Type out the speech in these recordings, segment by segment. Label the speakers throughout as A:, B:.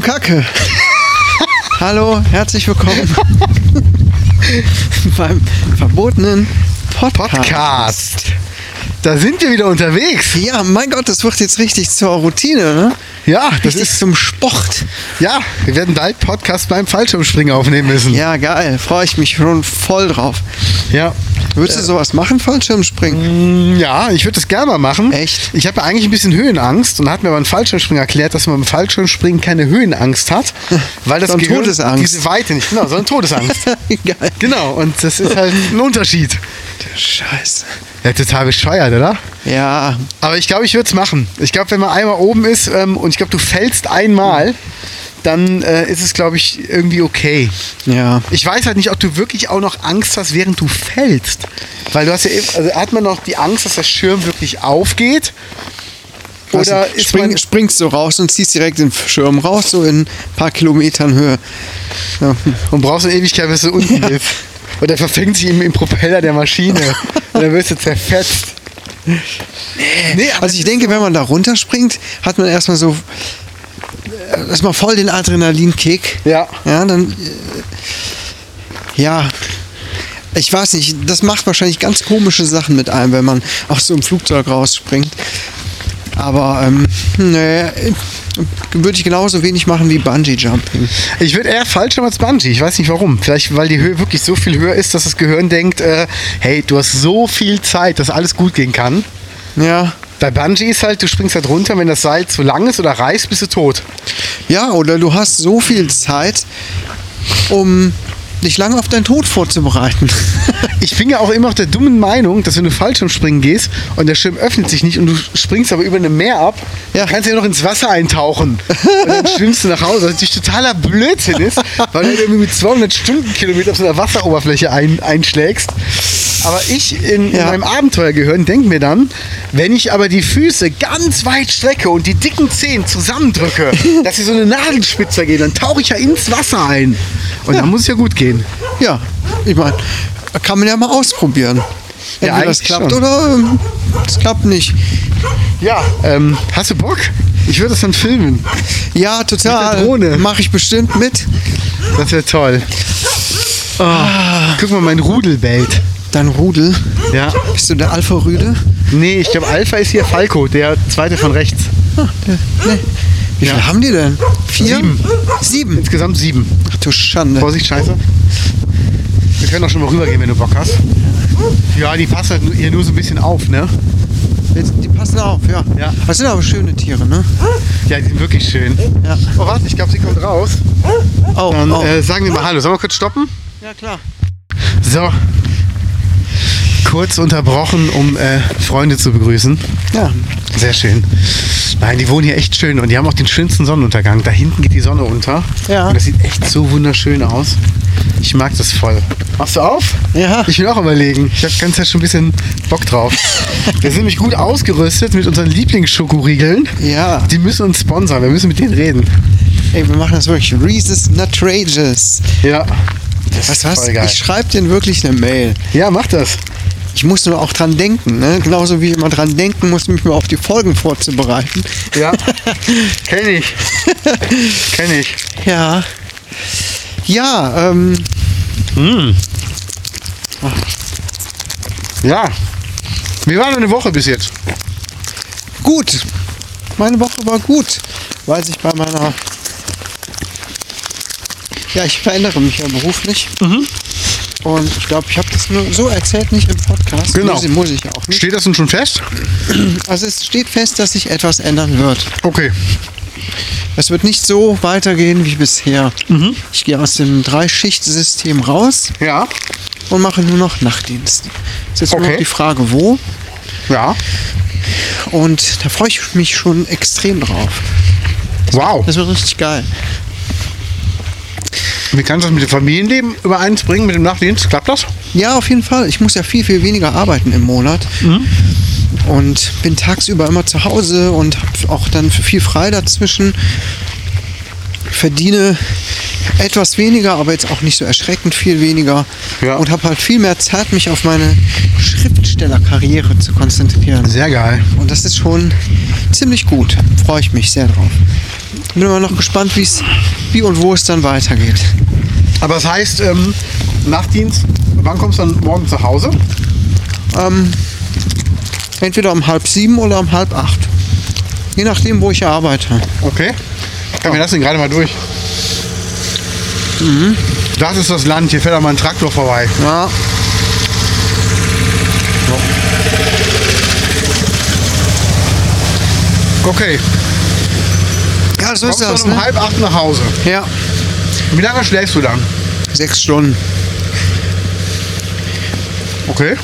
A: Kacke! Hallo, herzlich willkommen beim verbotenen Podcast.
B: Podcast. Da sind wir wieder unterwegs.
A: Ja, mein Gott, das wird jetzt richtig zur Routine, ne?
B: Ja, das
A: Richtig
B: ist
A: zum Sport.
B: ja. Wir werden bald Podcast beim Fallschirmspringen aufnehmen müssen.
A: Ja, geil, freue ich mich schon voll drauf.
B: ja.
A: Würdest du sowas machen, Fallschirmspringen?
B: Mm, Ja, ich würde das gerne mal machen.
A: Echt?
B: Ich habe ja eigentlich ein bisschen Höhenangst und da hat mir aber ein Fallschirmspringer erklärt, dass man beim Fallschirmspringen keine Höhenangst hat, weil das
A: Sondern
B: Gehirn
A: Todesangst.
B: diese Weite nicht, genau, sondern Todesangst.
A: geil.
B: genau, und das ist halt ein Unterschied.
A: Scheiße.
B: Ja, total bescheuert, oder?
A: Ja,
B: Aber ich glaube, ich würde es machen. Ich glaube, wenn man einmal oben ist ähm, und ich glaube, du fällst
A: Hm.
B: einmal, dann äh, ist es, glaube ich, irgendwie okay.
A: ja.
B: Ich weiß halt nicht, ob du wirklich auch noch Angst hast, während du fällst. Weil du hast ja eben, also hat man noch die Angst, dass der Schirm wirklich aufgeht? Oder
A: Weiß nicht,
B: ist
A: spring,
B: man,
A: springst du raus und ziehst direkt den Schirm raus, so in ein paar Kilometern Höhe.
B: Äh.
A: Ja.
B: und brauchst eine Ewigkeit, bis du unten bist? Oder verfängt sich im, im Propeller der Maschine und dann wirst du zerfetzt. Nee, aber
A: Also ich denke, wenn man da runterspringt, hat man erstmal so äh, erstmal voll den Adrenalinkick.
B: Ja.
A: Ja, dann äh, ja. Ich weiß nicht, das macht wahrscheinlich ganz komische Sachen mit einem, wenn man aus so einem Flugzeug rausspringt. Aber ähm, nee, äh, würde ich genauso wenig machen wie Bungee Jumping.
B: Ich würde eher Fallschirm als Bungee. Ich weiß nicht warum. Vielleicht, weil die Höhe wirklich so viel höher ist, dass das Gehirn denkt, äh, hey, du hast so viel Zeit, dass alles gut gehen kann.
A: Ja.
B: Bei Bungee ist halt, du springst halt runter, wenn das Seil zu lang ist oder reißt, bist du tot.
A: Ja, oder du hast so viel Zeit, um dich lange auf deinen Tod vorzubereiten.
B: Ich bin ja auch immer noch der dummen Meinung, dass wenn du Fallschirmspringen gehst und der Schirm öffnet sich nicht und du springst aber über eine Meer ab,
A: Ja.
B: dann kannst du ja noch ins Wasser eintauchen. Und dann schwimmst du nach Hause, was natürlich totaler Blödsinn ist, weil du irgendwie mit 200 Stundenkilometer auf so einer Wasseroberfläche ein, einschlägst. Aber ich in, in
A: Ja.
B: meinem Abenteuergehirn denke mir dann, wenn ich aber die Füße ganz weit strecke und die dicken Zehen zusammendrücke, dass sie so eine Nadelspitze gehen, dann tauche ich ja ins Wasser ein. Und dann muss es ja gut gehen.
A: Ja, ich meine, kann man ja mal ausprobieren.
B: Ja,
A: Entweder das
B: eigentlich
A: klappt
B: schon.
A: oder ähm, es klappt nicht.
B: Ja, ähm, hast du Bock? Ich würde das dann filmen.
A: Ja, total.
B: Mit der Drohne.
A: Mache ich bestimmt mit.
B: Das wäre toll. Oh, guck mal, mein Rudel bellt.
A: Dein Rudel.
B: Ja.
A: Bist du der Alpha-Rüde?
B: Nee, ich glaube, Alpha ist hier Falco, der zweite von rechts.
A: Wie viele haben die denn? Vier?
B: Sieben.
A: Sieben.
B: Insgesamt sieben.
A: Ach du Schande.
B: Vorsicht, Scheiße. Wir können auch schon mal rübergehen, wenn du Bock hast. Ja, die passen halt nur- hier nur so ein bisschen auf, ne?
A: Jetzt, die passen auf, ja.
B: Ja.
A: Das sind aber schöne Tiere, ne?
B: Ja, die sind wirklich schön.
A: Ja.
B: Oh, warte, ich glaube, sie kommt raus.
A: Oh,
B: Dann äh, sagen wir mal Hallo. Sollen wir kurz stoppen?
A: ja, klar.
B: So. Kurz unterbrochen, um äh, Freunde zu begrüßen.
A: Ja.
B: Sehr schön. Nein, die wohnen hier echt schön und die haben auch den schönsten Sonnenuntergang. Da hinten geht die Sonne unter.
A: Ja.
B: Und das sieht echt so wunderschön aus. Ich mag das voll. Machst du auf?
A: Ja.
B: Ich will auch überlegen. Ich habe ganz ja schon ein bisschen Bock drauf. Wir sind nämlich gut ausgerüstet mit unseren Lieblingsschokoriegeln.
A: Ja.
B: Die müssen uns sponsern. Wir müssen mit denen reden.
A: Ey, wir machen das wirklich. Reese's Nutrages.
B: Ja. Das
A: Was, was?
B: Voll geil.
A: Ich schreibe denen wirklich eine Mail.
B: Ja, mach das.
A: Ich muss nur auch dran denken, ne? Genauso wie ich immer dran denken muss, mich mal auf die Folgen vorzubereiten.
B: Ja. Kenn ich. Kenn ich.
A: Ja. Ja, ähm,
B: Ja. Wie war deine Woche bis jetzt?
A: gut. Meine Woche war gut, weil ich bei meiner. Ja, ich verändere mich ja beruflich.
B: Mhm.
A: Und ich glaube, ich habe das nur so erzählt, nicht im Podcast.
B: Genau.
A: Muss, ich- muss ich ja auch nicht.
B: Steht das nun schon fest?
A: Also es steht fest, dass sich etwas ändern wird.
B: Okay.
A: Es wird nicht so weitergehen wie bisher. Ich gehe aus dem Dreischichtsystem raus
B: Ja.
A: und mache nur noch Nachtdienst. Es ist nur noch
B: Okay.
A: die Frage, wo.
B: Ja.
A: Und da freue ich mich schon extrem drauf.
B: Wow.
A: Das wird richtig geil.
B: Wie kannst du das mit dem Familienleben übereinsbringen, mit dem Nachtdienst? Klappt das?
A: Ja, auf jeden Fall. Ich muss ja viel, viel weniger arbeiten im Monat. Und bin tagsüber immer zu Hause und habe auch dann viel frei dazwischen. Verdiene etwas weniger, aber jetzt auch nicht so erschreckend viel weniger.
B: Ja.
A: Und habe halt viel mehr Zeit, mich auf meine Schriftstellerkarriere zu konzentrieren.
B: Sehr geil.
A: Und das ist schon ziemlich gut. Freue ich mich sehr drauf. Bin immer noch gespannt, wie's, wie und wo es dann weitergeht.
B: Aber das heißt, ähm, Nachtdienst, wann kommst du dann morgen zu Hause?
A: Ähm, entweder um halb sieben oder um halb acht. Je nachdem, wo ich arbeite.
B: Okay. Kann mir das denn gerade mal durch? Mhm. Das ist das Land, hier fährt auch mal ein Traktor vorbei.
A: Ja.
B: Okay,
A: Ja, so ist
B: kommst
A: das.
B: dann um
A: Ne?
B: halb acht nach Hause.
A: Ja,
B: Wie lange schläfst du dann?
A: sechs Stunden.
B: Okay.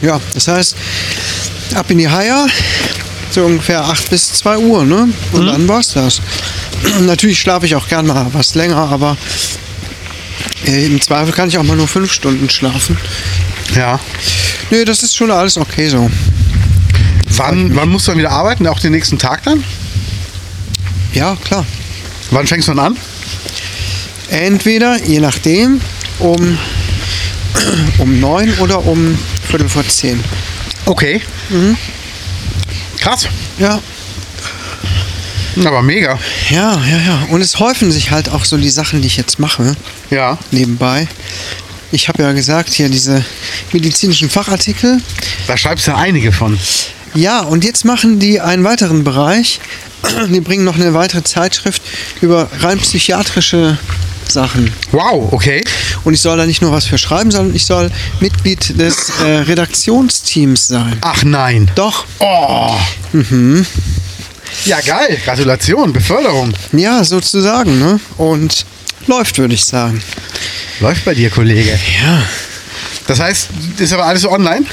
A: Ja, das heißt, ab in die Haier, so ungefähr 8 bis 2 Uhr, ne? Und dann war's das. Natürlich schlafe ich auch gern mal was länger, aber äh, im Zweifel kann ich auch mal nur 5 Stunden schlafen.
B: Ja.
A: Nö, das ist schon alles okay so.
B: Wann, wann musst du dann wieder arbeiten? Auch den nächsten Tag dann?
A: Ja, klar.
B: Wann fängst du dann an?
A: Entweder, je nachdem, um, um 9 oder um Viertel vor 10.
B: Okay. Mhm. Krass.
A: Ja,
B: Aber mega.
A: ja, ja, ja. Und es häufen sich halt auch so die Sachen, die ich jetzt mache.
B: Ja.
A: nebenbei. Ich habe ja gesagt, hier diese medizinischen Fachartikel.
B: Da schreibst du ja einige von.
A: Ja, und jetzt machen die einen weiteren Bereich. Die bringen noch eine weitere Zeitschrift über rein psychiatrische Sachen.
B: Wow, okay.
A: Und ich soll da nicht nur was für schreiben, sondern ich soll Mitglied des äh, Redaktionsteams sein.
B: Ach nein.
A: Doch,
B: Oh. Ja, geil. Gratulation, Beförderung.
A: ja, sozusagen. Ne? Und läuft, würde ich sagen.
B: Läuft bei dir, Kollege.
A: Ja.
B: Das heißt, ist aber alles so online?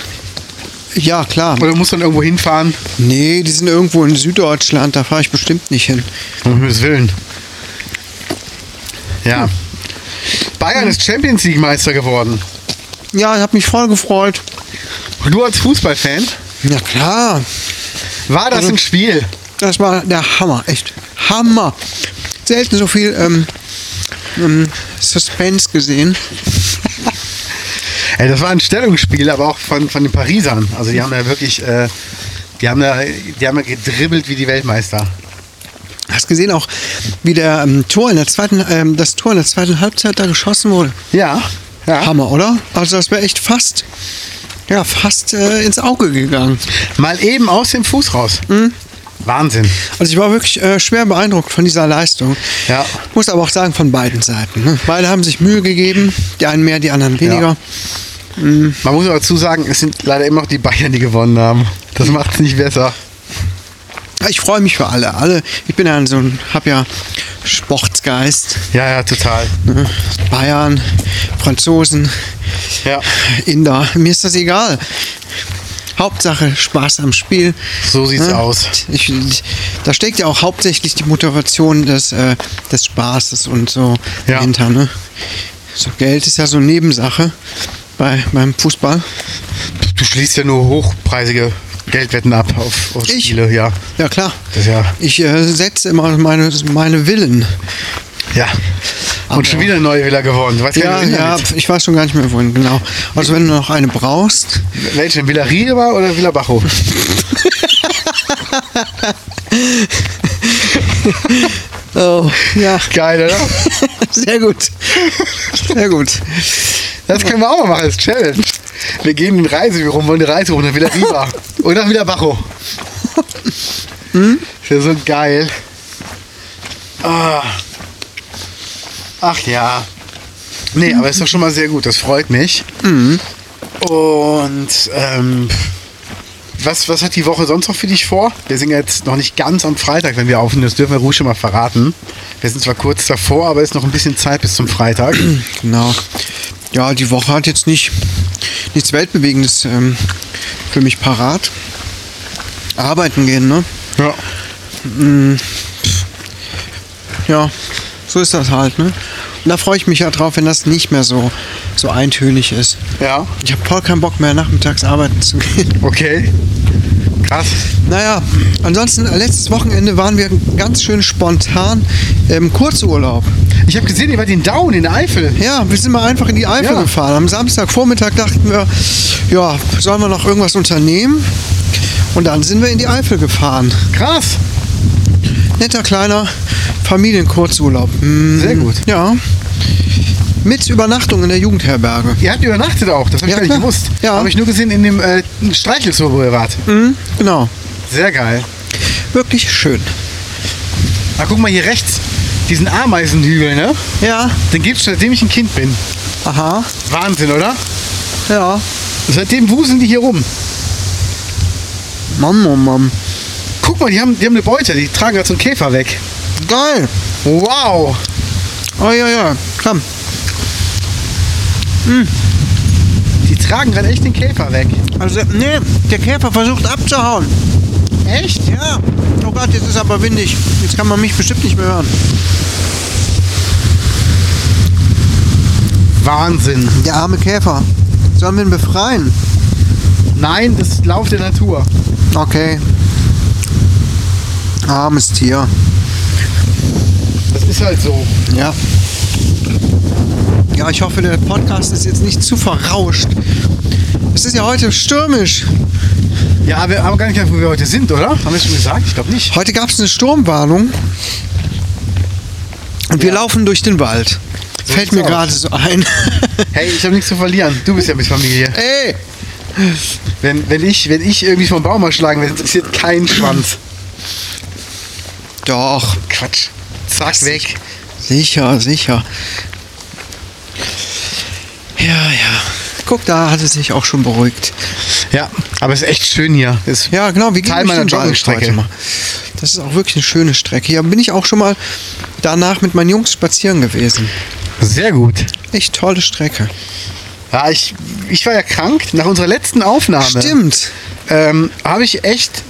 A: Ja, klar.
B: Oder musst du dann irgendwo hinfahren?
A: Nee, die sind irgendwo in Süddeutschland, da fahre ich bestimmt nicht hin.
B: Um Himmels Willen. Ja. Bayern ist Champions League Meister geworden.
A: Ja, ich habe mich voll gefreut.
B: Du als Fußballfan,
A: Ja, klar.
B: war das ein Spiel?
A: Das war der Hammer, echt. Hammer. Selten so viel ähm, ähm, Suspense gesehen.
B: Ey, das war ein Stellungsspiel, aber auch von, von den Parisern. Also die haben ja wirklich, äh, die haben da, die haben ja gedribbelt wie die Weltmeister.
A: Hast gesehen auch, wie der ähm, Tor in der zweiten, ähm, das Tor in der zweiten Halbzeit da geschossen wurde.
B: Ja. ja.
A: Hammer, oder? Also das wäre echt fast, ja, fast äh, ins Auge gegangen.
B: Mal eben aus dem Fuß raus.
A: Mhm.
B: Wahnsinn.
A: Also ich war wirklich äh, schwer beeindruckt von dieser Leistung.
B: Ja.
A: Muss aber auch sagen, von beiden Seiten. Ne? Beide haben sich Mühe gegeben, die einen mehr, die anderen weniger.
B: Man muss aber dazu sagen, es sind leider immer noch die Bayern, die gewonnen haben. Das macht es nicht besser.
A: Ich freue mich für alle. Alle, ich bin ja so ein, hab ja Sportsgeist.
B: Ja, ja, total.
A: Ne? Bayern, Franzosen,
B: Ja.
A: Inder, mir ist das egal. Hauptsache Spaß am Spiel.
B: So sieht's
A: Ne?
B: aus.
A: Ich, da steckt ja auch hauptsächlich die Motivation des, äh, des Spaßes und so
B: Ja.
A: dahinter. Ne? So Geld ist ja so Nebensache bei, beim Fußball.
B: Du schließt ja nur hochpreisige Geldwetten ab auf, auf
A: Ich?
B: Spiele, ja.
A: Ja klar.
B: Das ist ja.
A: Ich äh, setze immer meine, meine Willen.
B: Ja. Und schon wieder eine neue Villa gewonnen. Du weißt gar
A: Ja,
B: nicht, wer
A: ja,
B: damit-
A: ich weiß schon gar nicht mehr wohin, genau. Also wenn du noch eine brauchst,
B: Welche? Villa Rieba oder Villa Bajo?
A: oh, ja,
B: Geil, oder?
A: sehr gut. Sehr gut.
B: Das können wir auch mal machen als Challenge. Wir gehen in ein Reisebüro und wollen eine Reise runter. Villa Rieba. oder Villa Bajo. Ist ja so geil. Ah. Ach ja. Nee, aber ist doch schon mal sehr gut. Das freut mich. Und ähm, was, was hat die Woche sonst noch für dich vor? Wir sind jetzt noch nicht ganz am Freitag, wenn wir aufnehmen. Das dürfen wir ruhig schon mal verraten. Wir sind zwar kurz davor, aber es ist noch ein bisschen Zeit bis zum Freitag.
A: Genau. Ja, die Woche hat jetzt nicht nichts Weltbewegendes ähm, für mich parat. Arbeiten gehen, ne?
B: Ja.
A: Ja, so ist das halt, ne? Und da freue ich mich ja drauf, wenn das nicht mehr so, so eintönig ist.
B: Ja.
A: Ich habe voll keinen Bock mehr, nachmittags arbeiten zu gehen.
B: Okay. Krass.
A: Naja, ansonsten, äh, letztes Wochenende waren wir ganz schön spontan im Kurzurlaub.
B: Ich habe gesehen, ihr wart in Down, in der Eifel.
A: Ja, wir sind mal einfach in die Eifel
B: Ja.
A: gefahren. Am Samstagvormittag dachten wir, ja, sollen wir noch irgendwas unternehmen? Und dann sind wir in die Eifel gefahren.
B: Krass.
A: Netter kleiner Familienkurzurlaub. Mm,
B: Sehr gut.
A: Ja. Mit Übernachtung in der Jugendherberge.
B: Ihr habt übernachtet auch, das habe ich
A: Ja,
B: gar nicht
A: klar.
B: gewusst.
A: Ja.
B: Habe ich nur gesehen in dem äh, Streichelsvorbeirat.
A: Mhm, genau.
B: Sehr geil.
A: Wirklich schön.
B: Na, guck mal hier rechts, diesen Ameisenhügel, ne?
A: Ja.
B: Den gibt's schon, seitdem ich ein Kind bin.
A: Aha.
B: Wahnsinn, oder?
A: Ja.
B: Seitdem wuseln die hier rum.
A: Mom, Mom, Mom.
B: Guck mal, die haben, die haben eine Beute, die tragen gerade so einen Käfer weg.
A: Geil.
B: Wow.
A: Oh ja, ja. Komm.
B: Die tragen gerade echt den Käfer weg.
A: Also, nee, der Käfer versucht abzuhauen.
B: Echt?
A: Ja. Oh Gott, jetzt ist aber windig. Jetzt kann man mich bestimmt nicht mehr hören.
B: Wahnsinn.
A: Der arme Käfer. Sollen wir ihn befreien?
B: Nein, das ist Lauf der Natur.
A: Okay. Armes Tier.
B: Das ist halt so.
A: Ja. Ja, ich hoffe, der Podcast ist jetzt nicht zu verrauscht. Es ist ja heute stürmisch.
B: Ja, wir haben gar nicht gesagt, wo wir heute sind, oder? Haben wir schon gesagt? Ich glaube nicht.
A: Heute gab es eine Sturmwarnung. Und wir
B: Ja.
A: laufen durch den Wald.
B: So
A: Fällt
B: sieht's
A: mir
B: aus.
A: gerade so ein.
B: Hey, ich habe nichts zu verlieren. Du bist ja mit Familie.
A: Ey!
B: Wenn, wenn, ich, wenn ich irgendwie vom Baum erschlagen werde, interessiert kein Schwanz.
A: Doch,
B: Quatsch. Zack, weg.
A: sicher, sicher. Ja, ja. Guck, da hat es sich auch schon beruhigt.
B: Ja, aber es ist echt schön hier. Ist
A: Ja, genau. Wir gehen
B: Teil
A: durch
B: meiner
A: den Wald
B: Joggingstrecke.
A: heute mal. Das ist auch wirklich eine schöne Strecke. Hier bin ich auch schon mal danach mit meinen Jungs spazieren gewesen.
B: Sehr gut.
A: Echt tolle Strecke.
B: Ja, ich, ich war ja krank. Nach unserer letzten Aufnahme
A: Stimmt.
B: ähm, habe ich echt.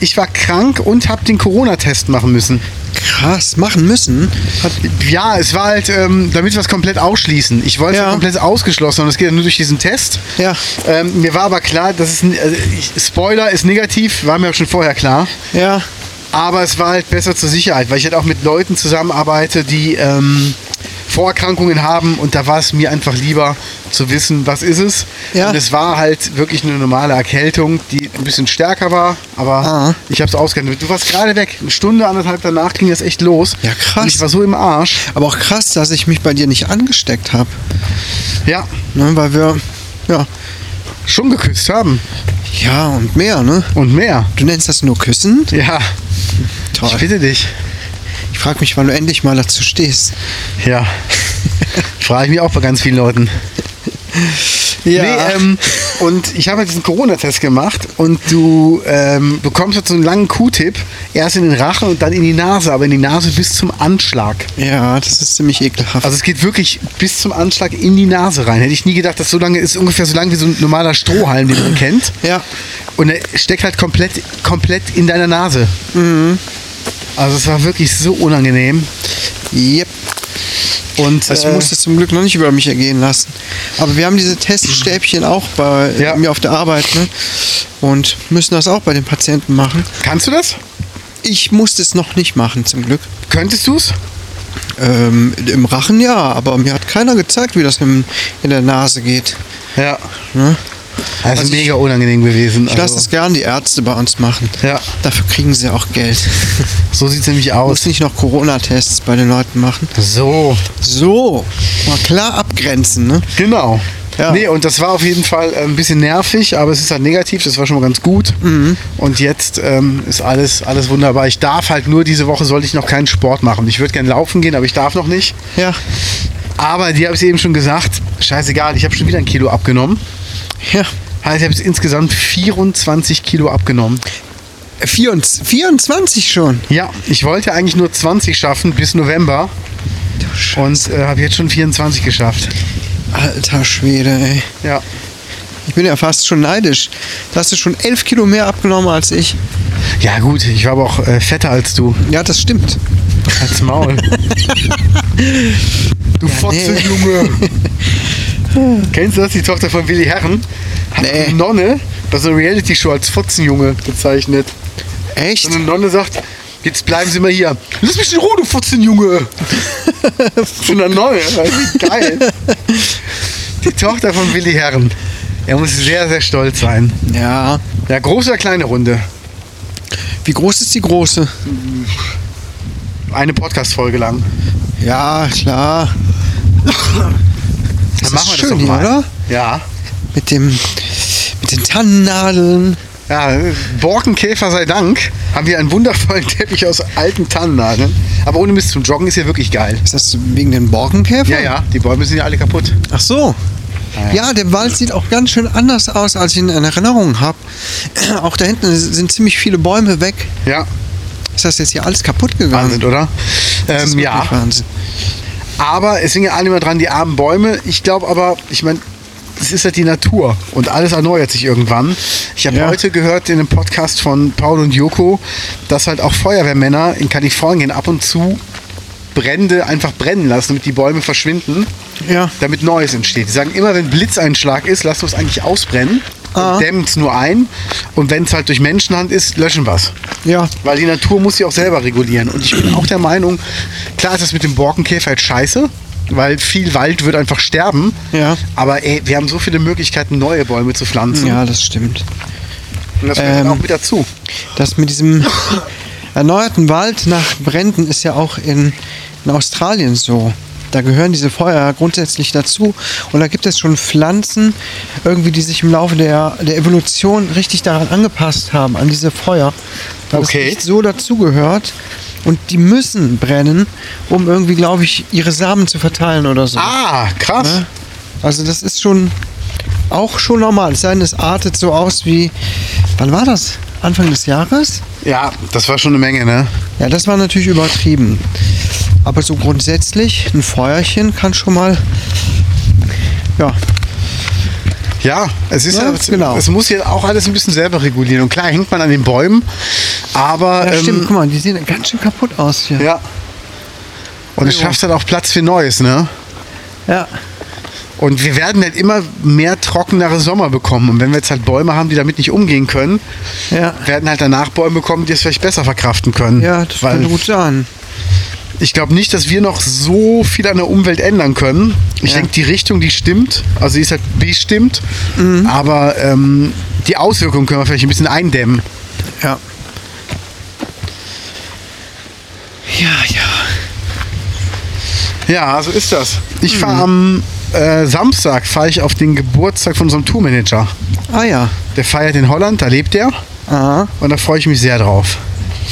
B: Ich war krank und habe den Corona-Test machen müssen.
A: Krass. Machen müssen.
B: Hat, ja, es war halt, ähm, damit wir es komplett ausschließen. Ich wollte es
A: Ja.
B: komplett ausgeschlossen und es geht ja nur durch diesen Test.
A: Ja.
B: Ähm, mir war aber klar, dass es. n- Also ich, Spoiler ist negativ, war mir auch schon vorher klar.
A: Ja.
B: Aber es war halt besser zur Sicherheit, weil ich halt auch mit Leuten zusammenarbeite, die ähm, Vorerkrankungen haben und da war es mir einfach lieber zu wissen, was ist es.
A: Ja.
B: Und es war halt wirklich eine normale Erkältung, die ein bisschen stärker war, aber
A: Ah.
B: ich habe es ausgehandelt. Du warst gerade weg. Eine Stunde, anderthalb danach ging das echt los.
A: Ja, krass.
B: Und ich war so im Arsch.
A: Aber auch krass, dass ich mich bei dir nicht angesteckt habe.
B: Ja,
A: Ne, weil wir, ja,
B: schon geküsst haben
A: ja und mehr, ne?
B: und mehr.
A: Du nennst das nur Küssen?
B: Ja, ich
A: Toll.
B: bitte dich.
A: Ich frage mich, wann du endlich mal dazu stehst.
B: Ja, frage ich mich auch bei ganz vielen Leuten. Nee, ähm, und ich habe jetzt diesen Corona-Test gemacht und du ähm, bekommst jetzt so einen langen Q-Tip, erst in den Rachen und dann in die Nase, aber in die Nase bis zum Anschlag.
A: ja, das ist ziemlich ekelhaft.
B: Also es geht wirklich bis zum Anschlag in die Nase rein. Hätte ich nie gedacht, dass so lange ist ungefähr so lang wie so ein normaler Strohhalm, den man kennt.
A: Ja.
B: Und er steckt halt komplett, komplett in deiner Nase. Also es war wirklich so unangenehm.
A: Yep.
B: Und
A: Das
B: äh,
A: also musste zum Glück noch nicht über mich ergehen lassen. Aber wir haben diese Teststäbchen auch bei
B: Ja.
A: mir auf der Arbeit ne? und müssen das auch bei den Patienten machen.
B: kannst du das?
A: Ich musste es noch nicht machen, zum Glück.
B: Könntest du es?
A: Ähm, Im Rachen ja, aber mir hat keiner gezeigt, wie das im, in der Nase geht.
B: Ja.
A: Ne?
B: Also,
A: Also ich-
B: mega unangenehm gewesen. Also,
A: Ich lasse es gern die Ärzte bei uns machen.
B: Ja.
A: Dafür kriegen sie auch Geld.
B: so sieht es nämlich
A: Muss
B: aus.
A: nicht noch Corona-Tests bei den Leuten machen.
B: So.
A: So, mal klar abgrenzen, ne?
B: Genau.
A: Ja.
B: Nee, und das war auf jeden Fall äh, ein bisschen nervig, aber es ist halt negativ, das war schon mal ganz gut.
A: Mhm.
B: Und jetzt ähm, ist alles, alles wunderbar. Ich darf halt nur diese Woche, sollte ich noch keinen Sport machen. Ich würde gerne laufen gehen, aber ich darf noch nicht.
A: Ja.
B: Aber die habe ich eben schon gesagt, scheißegal, ich habe schon wieder ein Kilo abgenommen.
A: Ja.
B: Heißt, ich habe jetzt insgesamt 24 Kilo abgenommen.
A: 24 schon.
B: Ja, ich wollte eigentlich nur 20 schaffen bis November und äh, habe jetzt schon 24 geschafft.
A: Alter Schwede, ey.
B: Ja.
A: Ich bin ja fast schon neidisch. Da hast du schon 11 Kilo mehr abgenommen als ich.
B: Ja gut, ich war aber auch äh, fetter als du.
A: Ja, das stimmt.
B: Halt's Maul. du Fotze,
A: nee.
B: Junge. Kennst du das? Die Tochter von Willi Herren hat
A: Nee.
B: eine Nonne, bei so einer Reality-Show als Fotzenjunge bezeichnet.
A: Echt?
B: Und eine Nonne sagt, jetzt bleiben Sie mal hier. Lass mich in Ruhe, du Fotzenjunge. Schon eine Nonne. Wie Geil. Die Tochter von Willi Herren. Er muss sehr, sehr stolz sein.
A: Ja.
B: Ja, große oder kleine Runde?
A: Wie groß ist die große?
B: Eine Podcast-Folge lang.
A: Ja, klar.
B: Dann
A: ist
B: machen wir das
A: schön
B: doch
A: hier,
B: mal.
A: oder?
B: Ja.
A: Mit dem. Mit den Tannennadeln.
B: Ja, Borkenkäfer sei Dank haben wir einen wundervollen Teppich aus alten Tannennadeln. Aber ohne Mist zum Joggen ist hier wirklich geil.
A: Ist das wegen den Borkenkäfern?
B: Ja, ja, die Bäume sind ja alle kaputt.
A: Ach so.
B: Ja, ja.
A: Ja, der Wald sieht auch ganz schön anders aus, als ich ihn in Erinnerung habe. Auch da hinten sind ziemlich viele Bäume weg.
B: Ja,
A: Ist das jetzt hier alles kaputt gegangen?
B: Wahnsinn, oder?
A: Das ist
B: Ähm, ja,
A: wirklich Wahnsinn.
B: aber es sind ja alle immer dran, die armen Bäume. Ich glaube aber, ich meine, es ist halt die Natur und alles erneuert sich irgendwann. Ich habe
A: Ja.
B: heute gehört in einem Podcast von Paul und Joko, dass halt auch Feuerwehrmänner in Kalifornien ab und zu Brände einfach brennen lassen, damit die Bäume verschwinden.
A: Ja.
B: damit Neues entsteht. Die sagen immer, wenn Blitzeinschlag ist, lassen wir es eigentlich ausbrennen,
A: Ah.
B: dämmen es nur ein und wenn es halt durch Menschenhand ist, löschen wir es.
A: Ja.
B: Weil die Natur muss sie auch selber regulieren. Und ich bin auch der Meinung, klar ist das mit dem Borkenkäfer jetzt scheiße, weil viel Wald wird einfach sterben.
A: Ja.
B: Aber ey, wir haben so viele Möglichkeiten, neue Bäume zu pflanzen.
A: Ja, das stimmt.
B: Und das gehört
A: Ähm.
B: auch mit dazu.
A: Das mit diesem erneuerten Wald nach Bränden ist ja auch in, in Australien so. Da gehören diese Feuer grundsätzlich dazu. Und da gibt es schon Pflanzen, irgendwie, die sich im Laufe der, der Evolution richtig daran angepasst haben, an diese Feuer. Weil
B: Okay.
A: Das nicht so dazugehört. Und die müssen brennen, um irgendwie, glaube ich, ihre Samen zu verteilen oder so.
B: Ah, krass.
A: Ne? Also das ist schon auch schon normal. Es sei denn, es artet so aus wie, wann war das? Anfang des Jahres?
B: Ja, das war schon eine Menge, ne?
A: Ja, das war natürlich übertrieben. Aber so grundsätzlich, ein Feuerchen kann schon mal, ja,
B: Ja, es ist
A: Ja,
B: ja,
A: genau.
B: es muss ja auch alles ein bisschen selber regulieren. Und klar hängt man an den Bäumen, aber
A: ja stimmt,
B: ähm,
A: guck mal, die sehen ganz schön kaputt aus hier.
B: Ja. Und es
A: Ja.
B: schafft halt auch Platz für Neues, ne?
A: Ja,
B: Und wir werden halt immer mehr trockenere Sommer bekommen. Und wenn wir jetzt halt Bäume haben, die damit nicht umgehen können,
A: ja,
B: werden halt danach Bäume bekommen, die es vielleicht besser verkraften können.
A: ja das
B: Weil
A: könnte gut sein.
B: ich glaube nicht, dass wir noch so viel an der Umwelt ändern können. Ich
A: Ja.
B: denke, die Richtung, die stimmt. Also die ist halt bestimmt.
A: Mhm.
B: Aber ähm, die Auswirkungen können wir vielleicht ein bisschen eindämmen.
A: Ja. Ja, ja.
B: Ja, so ist das. Ich fahre am
A: Mhm.
B: äh, Samstag fahre ich auf den Geburtstag von unserem Tourmanager.
A: Ah ja.
B: Der feiert in Holland, da lebt er.
A: Aha.
B: Und da freue ich mich sehr drauf.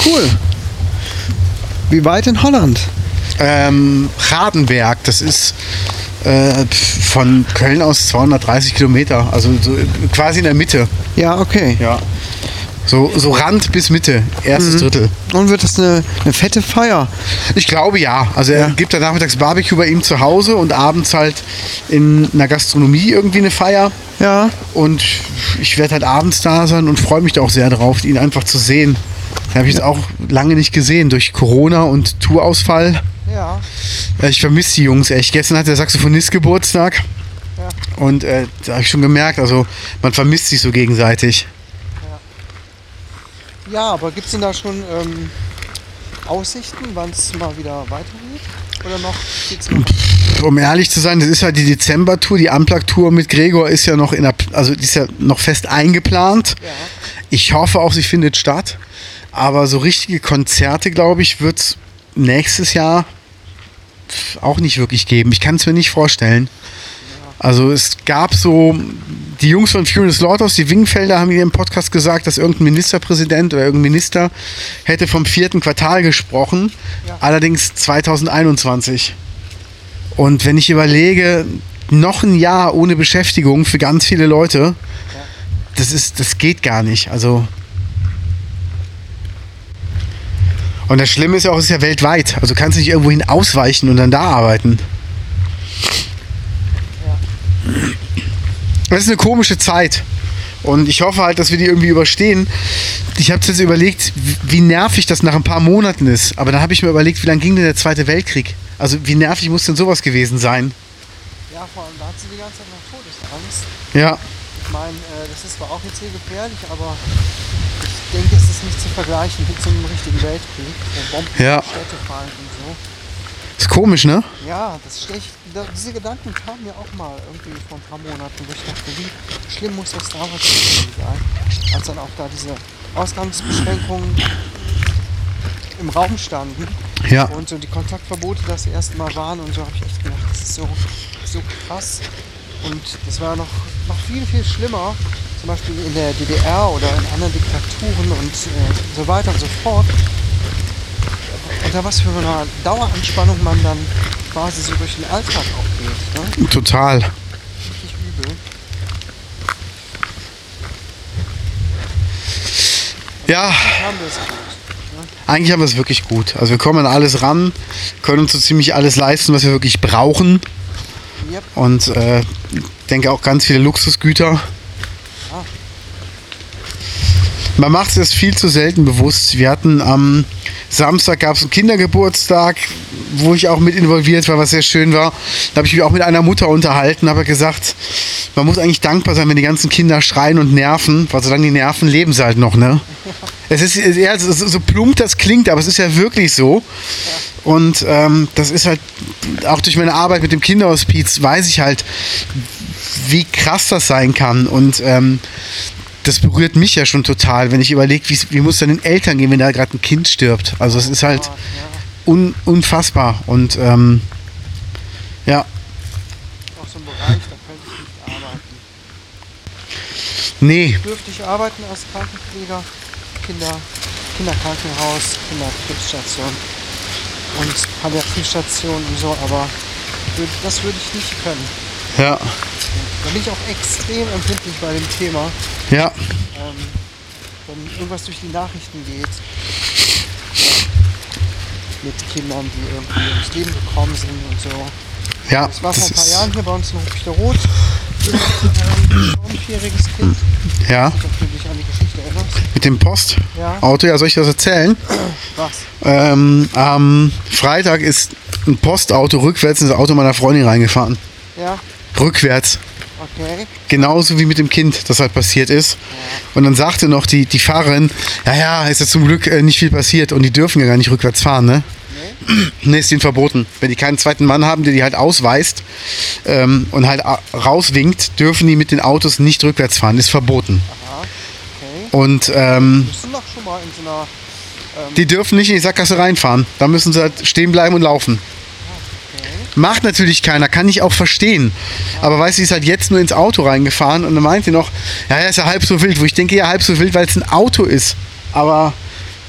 A: Cool. Wie weit in Holland?
B: Ähm, Radenberg, das ist äh, pf, von Köln aus 230 Kilometer, also so quasi in der Mitte.
A: Ja, okay.
B: Ja. So, so Rand bis Mitte, erstes Drittel.
A: Und wird das eine, eine fette Feier?
B: Ich glaube ja. Also er
A: Ja.
B: gibt da nachmittags Barbecue bei ihm zu Hause und abends halt in einer Gastronomie irgendwie eine Feier.
A: Ja.
B: Und ich werde halt abends da sein und freue mich da auch sehr drauf, ihn einfach zu sehen. Den habe ich jetzt auch lange nicht gesehen durch Corona und Tourausfall.
A: Ja.
B: Ja, Ich vermisse die Jungs echt. Gestern hatte der Saxophonist Geburtstag. Und äh, da habe ich schon gemerkt, also man vermisst sich so gegenseitig.
A: Ja, aber gibt es denn da schon ähm, Aussichten, wann es mal wieder weitergeht? Oder noch geht's noch?
B: Um ehrlich zu sein, das ist halt die Dezember-Tour, die Unplugged-Tour mit Gregor ist ja noch in der, also die ist ja noch fest eingeplant.
A: Ja.
B: Ich hoffe auch, sie findet statt. Aber so richtige Konzerte, glaube ich, wird es nächstes Jahr auch nicht wirklich geben. Ich kann es mir nicht vorstellen. Also es gab so, die Jungs von Furious Lauters, die Wingfelder, haben hier im Podcast gesagt, dass irgendein Ministerpräsident oder irgendein Minister hätte vom vierten Quartal gesprochen,
A: Ja.
B: allerdings 2021. Und wenn ich überlege, noch ein Jahr ohne Beschäftigung für ganz viele Leute, das ist, das geht gar nicht. Also. Und das Schlimme ist ja auch, es ist ja weltweit. Also kannst du nicht irgendwohin ausweichen und dann da arbeiten. Das ist eine komische Zeit. Und ich hoffe halt, dass wir die irgendwie überstehen. Ich habe jetzt überlegt, wie- wie nervig das nach ein paar Monaten ist. Aber dann habe ich mir überlegt, wie lange ging denn der Zweite Weltkrieg? Also wie nervig muss denn sowas gewesen sein?
A: ja, vor allem da hat sie die ganze Zeit noch Todesangst.
B: Ja.
A: Ich meine, äh, das ist zwar auch jetzt hier gefährlich, aber ich denke, es ist nicht zu vergleichen mit so einem richtigen Weltkrieg, wo Bomben
B: Ja.
A: in die Städte fallen und
B: Ist komisch, ne?
A: so. Ja, das ist schlecht. Da, diese Gedanken kamen mir auch mal irgendwie vor ein paar Monaten, wo ich dachte, wie schlimm muss das damals gewesen sein, als dann auch da diese Ausgangsbeschränkungen im Raum standen.
B: Ja.
A: Und so die Kontaktverbote das erste Mal waren und so habe ich echt gedacht, das ist so, so krass. Und das war noch, noch viel, viel schlimmer, zum Beispiel in der DDR oder in anderen Diktaturen und äh, so weiter und so fort. Unter was für einer Daueranspannung man dann quasi so durch den Alltag auch geht. Ne?
B: Total.
A: Richtig übel.
B: Ja,
A: Haben wir es gut.
B: eigentlich haben wir es wirklich gut. Also wir kommen an alles ran, können uns so ziemlich alles leisten, was wir wirklich brauchen.
A: Yep.
B: Und äh, denke auch ganz viele Luxusgüter.
A: Ah.
B: Man macht es viel zu selten bewusst. Wir hatten am Samstag gab es einen Kindergeburtstag, wo ich auch mit involviert war, was sehr schön war. Da habe ich mich auch mit einer Mutter unterhalten, habe gesagt, man muss eigentlich dankbar sein, wenn die ganzen Kinder schreien und nerven, weil solange die nerven, leben sie halt noch, ne? Es ist ja, es ist so plump das klingt, aber es ist ja wirklich so. Und ähm, das ist halt, auch durch meine Arbeit mit dem Kinderhospiz weiß ich halt, wie krass das sein kann. Und ähm, das berührt mich ja schon total, wenn ich überlege, wie, wie muss es den Eltern gehen, wenn da gerade ein Kind stirbt. Also es ist halt un, unfassbar. Und ähm, ja,
A: Auch so ein Bereich, da könnte ich nicht arbeiten.
B: nee,
A: Dürfte ich arbeiten als Krankenpfleger, Kinder, Kinderkrankenhaus, Kinderkrebsstation und Palliativstation und so, aber wür- das würde ich nicht können.
B: ja,
A: Da bin ich auch extrem empfindlich bei dem Thema,
B: ja,
A: ähm, wenn irgendwas durch die Nachrichten geht mit Kindern, die irgendwie ums Leben gekommen sind und so.
B: ja.
A: Das war vor
B: das
A: ein paar
B: ist-
A: Jahren hier bei uns in Rot. Ein vierjähriges Kind,
B: Ja,
A: ich weiß nicht, ob du dich an die Geschichte erinnerst.
B: mit dem Postauto,
A: Ja.
B: ja, soll ich das erzählen?
A: Was?
B: Ähm, am Freitag ist ein Postauto rückwärts in das Auto meiner Freundin reingefahren.
A: Ja,
B: Rückwärts.
A: okay.
B: Genauso wie mit dem Kind, das halt passiert ist. Und dann sagte noch die, die Fahrerin, ja, ja, ist ja zum Glück äh, nicht viel passiert und die dürfen ja gar nicht rückwärts fahren, ne? Nee, ist ihnen verboten. Wenn die keinen zweiten Mann haben, der die halt ausweist ähm, und halt a- rauswinkt, dürfen die mit den Autos nicht rückwärts fahren. Ist verboten.
A: Aha, okay.
B: Und ähm,
A: Wir sind doch schon mal in so einer.
B: die dürfen nicht in die Sackgasse reinfahren. Da müssen sie halt stehen bleiben und laufen.
A: Okay.
B: Macht natürlich keiner, kann ich auch verstehen. Aber weißt du, die ist halt jetzt nur ins Auto reingefahren und dann meint sie noch, ja, ja, ist ja halb so wild, wo ich denke, ja, halb so wild, weil es ein Auto ist. Aber,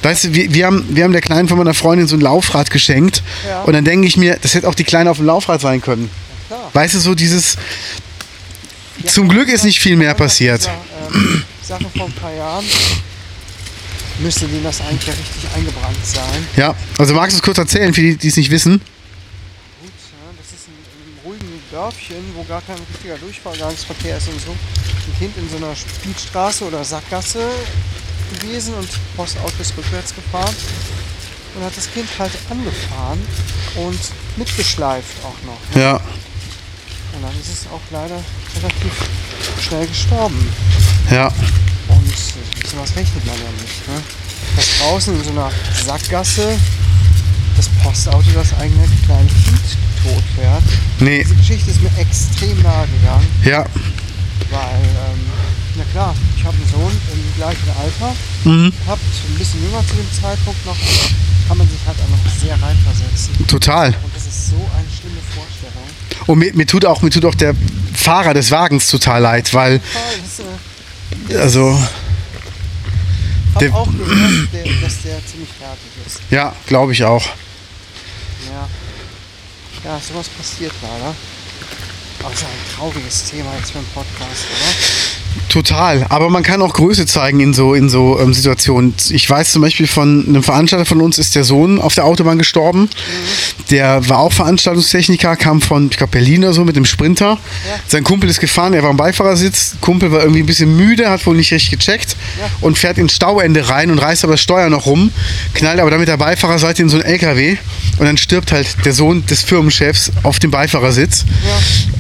B: weißt du, wir, wir, haben, wir haben der Kleinen von meiner Freundin so ein Laufrad geschenkt
A: Ja.
B: und dann denke ich mir, das hätte auch die Kleine auf dem Laufrad sein können.
A: Klar.
B: Weißt du, so dieses, zum Glück ist nicht viel mehr
A: Nach dieser,
B: passiert.
A: ähm, Sache vor ein paar Jahren müsste denen das eigentlich ja richtig eingebrannt sein.
B: Ja, also magst du es kurz erzählen, für die, die es nicht wissen?
A: Gut, ja, das ist ein, ein ruhigen Dörfchen, wo gar kein richtiger Durchfahrgangsverkehr ist und so. Ein Kind in so einer Spielstraße oder Sackgasse gewesen und Postauto ist rückwärts gefahren und hat das Kind halt angefahren und mitgeschleift auch noch.
B: Ja,
A: Und dann ist es auch leider relativ schnell gestorben.
B: ja,
A: Und äh, sowas rechnet man ja nicht. Ne? Dass draußen in so einer Sackgasse das Postauto das eigene kleine Kind totfährt.
B: nee,
A: Diese Geschichte ist mir extrem nahe gegangen,
B: ja,
A: weil, ähm, na klar, ich habe einen Sohn im gleichen Alter,
B: Mhm.
A: habt ein bisschen jünger zu dem Zeitpunkt noch, kann man sich halt einfach sehr reinversetzen.
B: total.
A: Und das ist so eine schlimme Vorstellung.
B: Und Oh, mir, mir, tut auch, mir tut auch der Fahrer des Wagens total leid, weil,
A: Toll, das, äh,
B: also...
A: hab
B: Der-
A: auch gehört, der, dass der ziemlich fertig ist.
B: Ja, glaube ich auch.
A: Ja. Ja, sowas passiert leider. Aber es ist ein trauriges Thema jetzt für einen Podcast, oder?
B: Total. Aber man kann auch Größe zeigen in so, in so ähm, Situationen. Ich weiß zum Beispiel von einem Veranstalter von uns, ist der Sohn auf der Autobahn gestorben. Der war auch Veranstaltungstechniker, kam von, ich glaube, Berlin oder so mit dem Sprinter. Sein Kumpel ist gefahren, er war am Beifahrersitz. Kumpel war irgendwie ein bisschen müde, hat wohl nicht richtig gecheckt
A: Ja.
B: und fährt ins Stauende rein und reißt aber das Steuer noch rum, knallt aber dann mit der Beifahrerseite in so einen LKW und dann stirbt halt der Sohn des Firmenchefs auf dem Beifahrersitz.
A: Ja.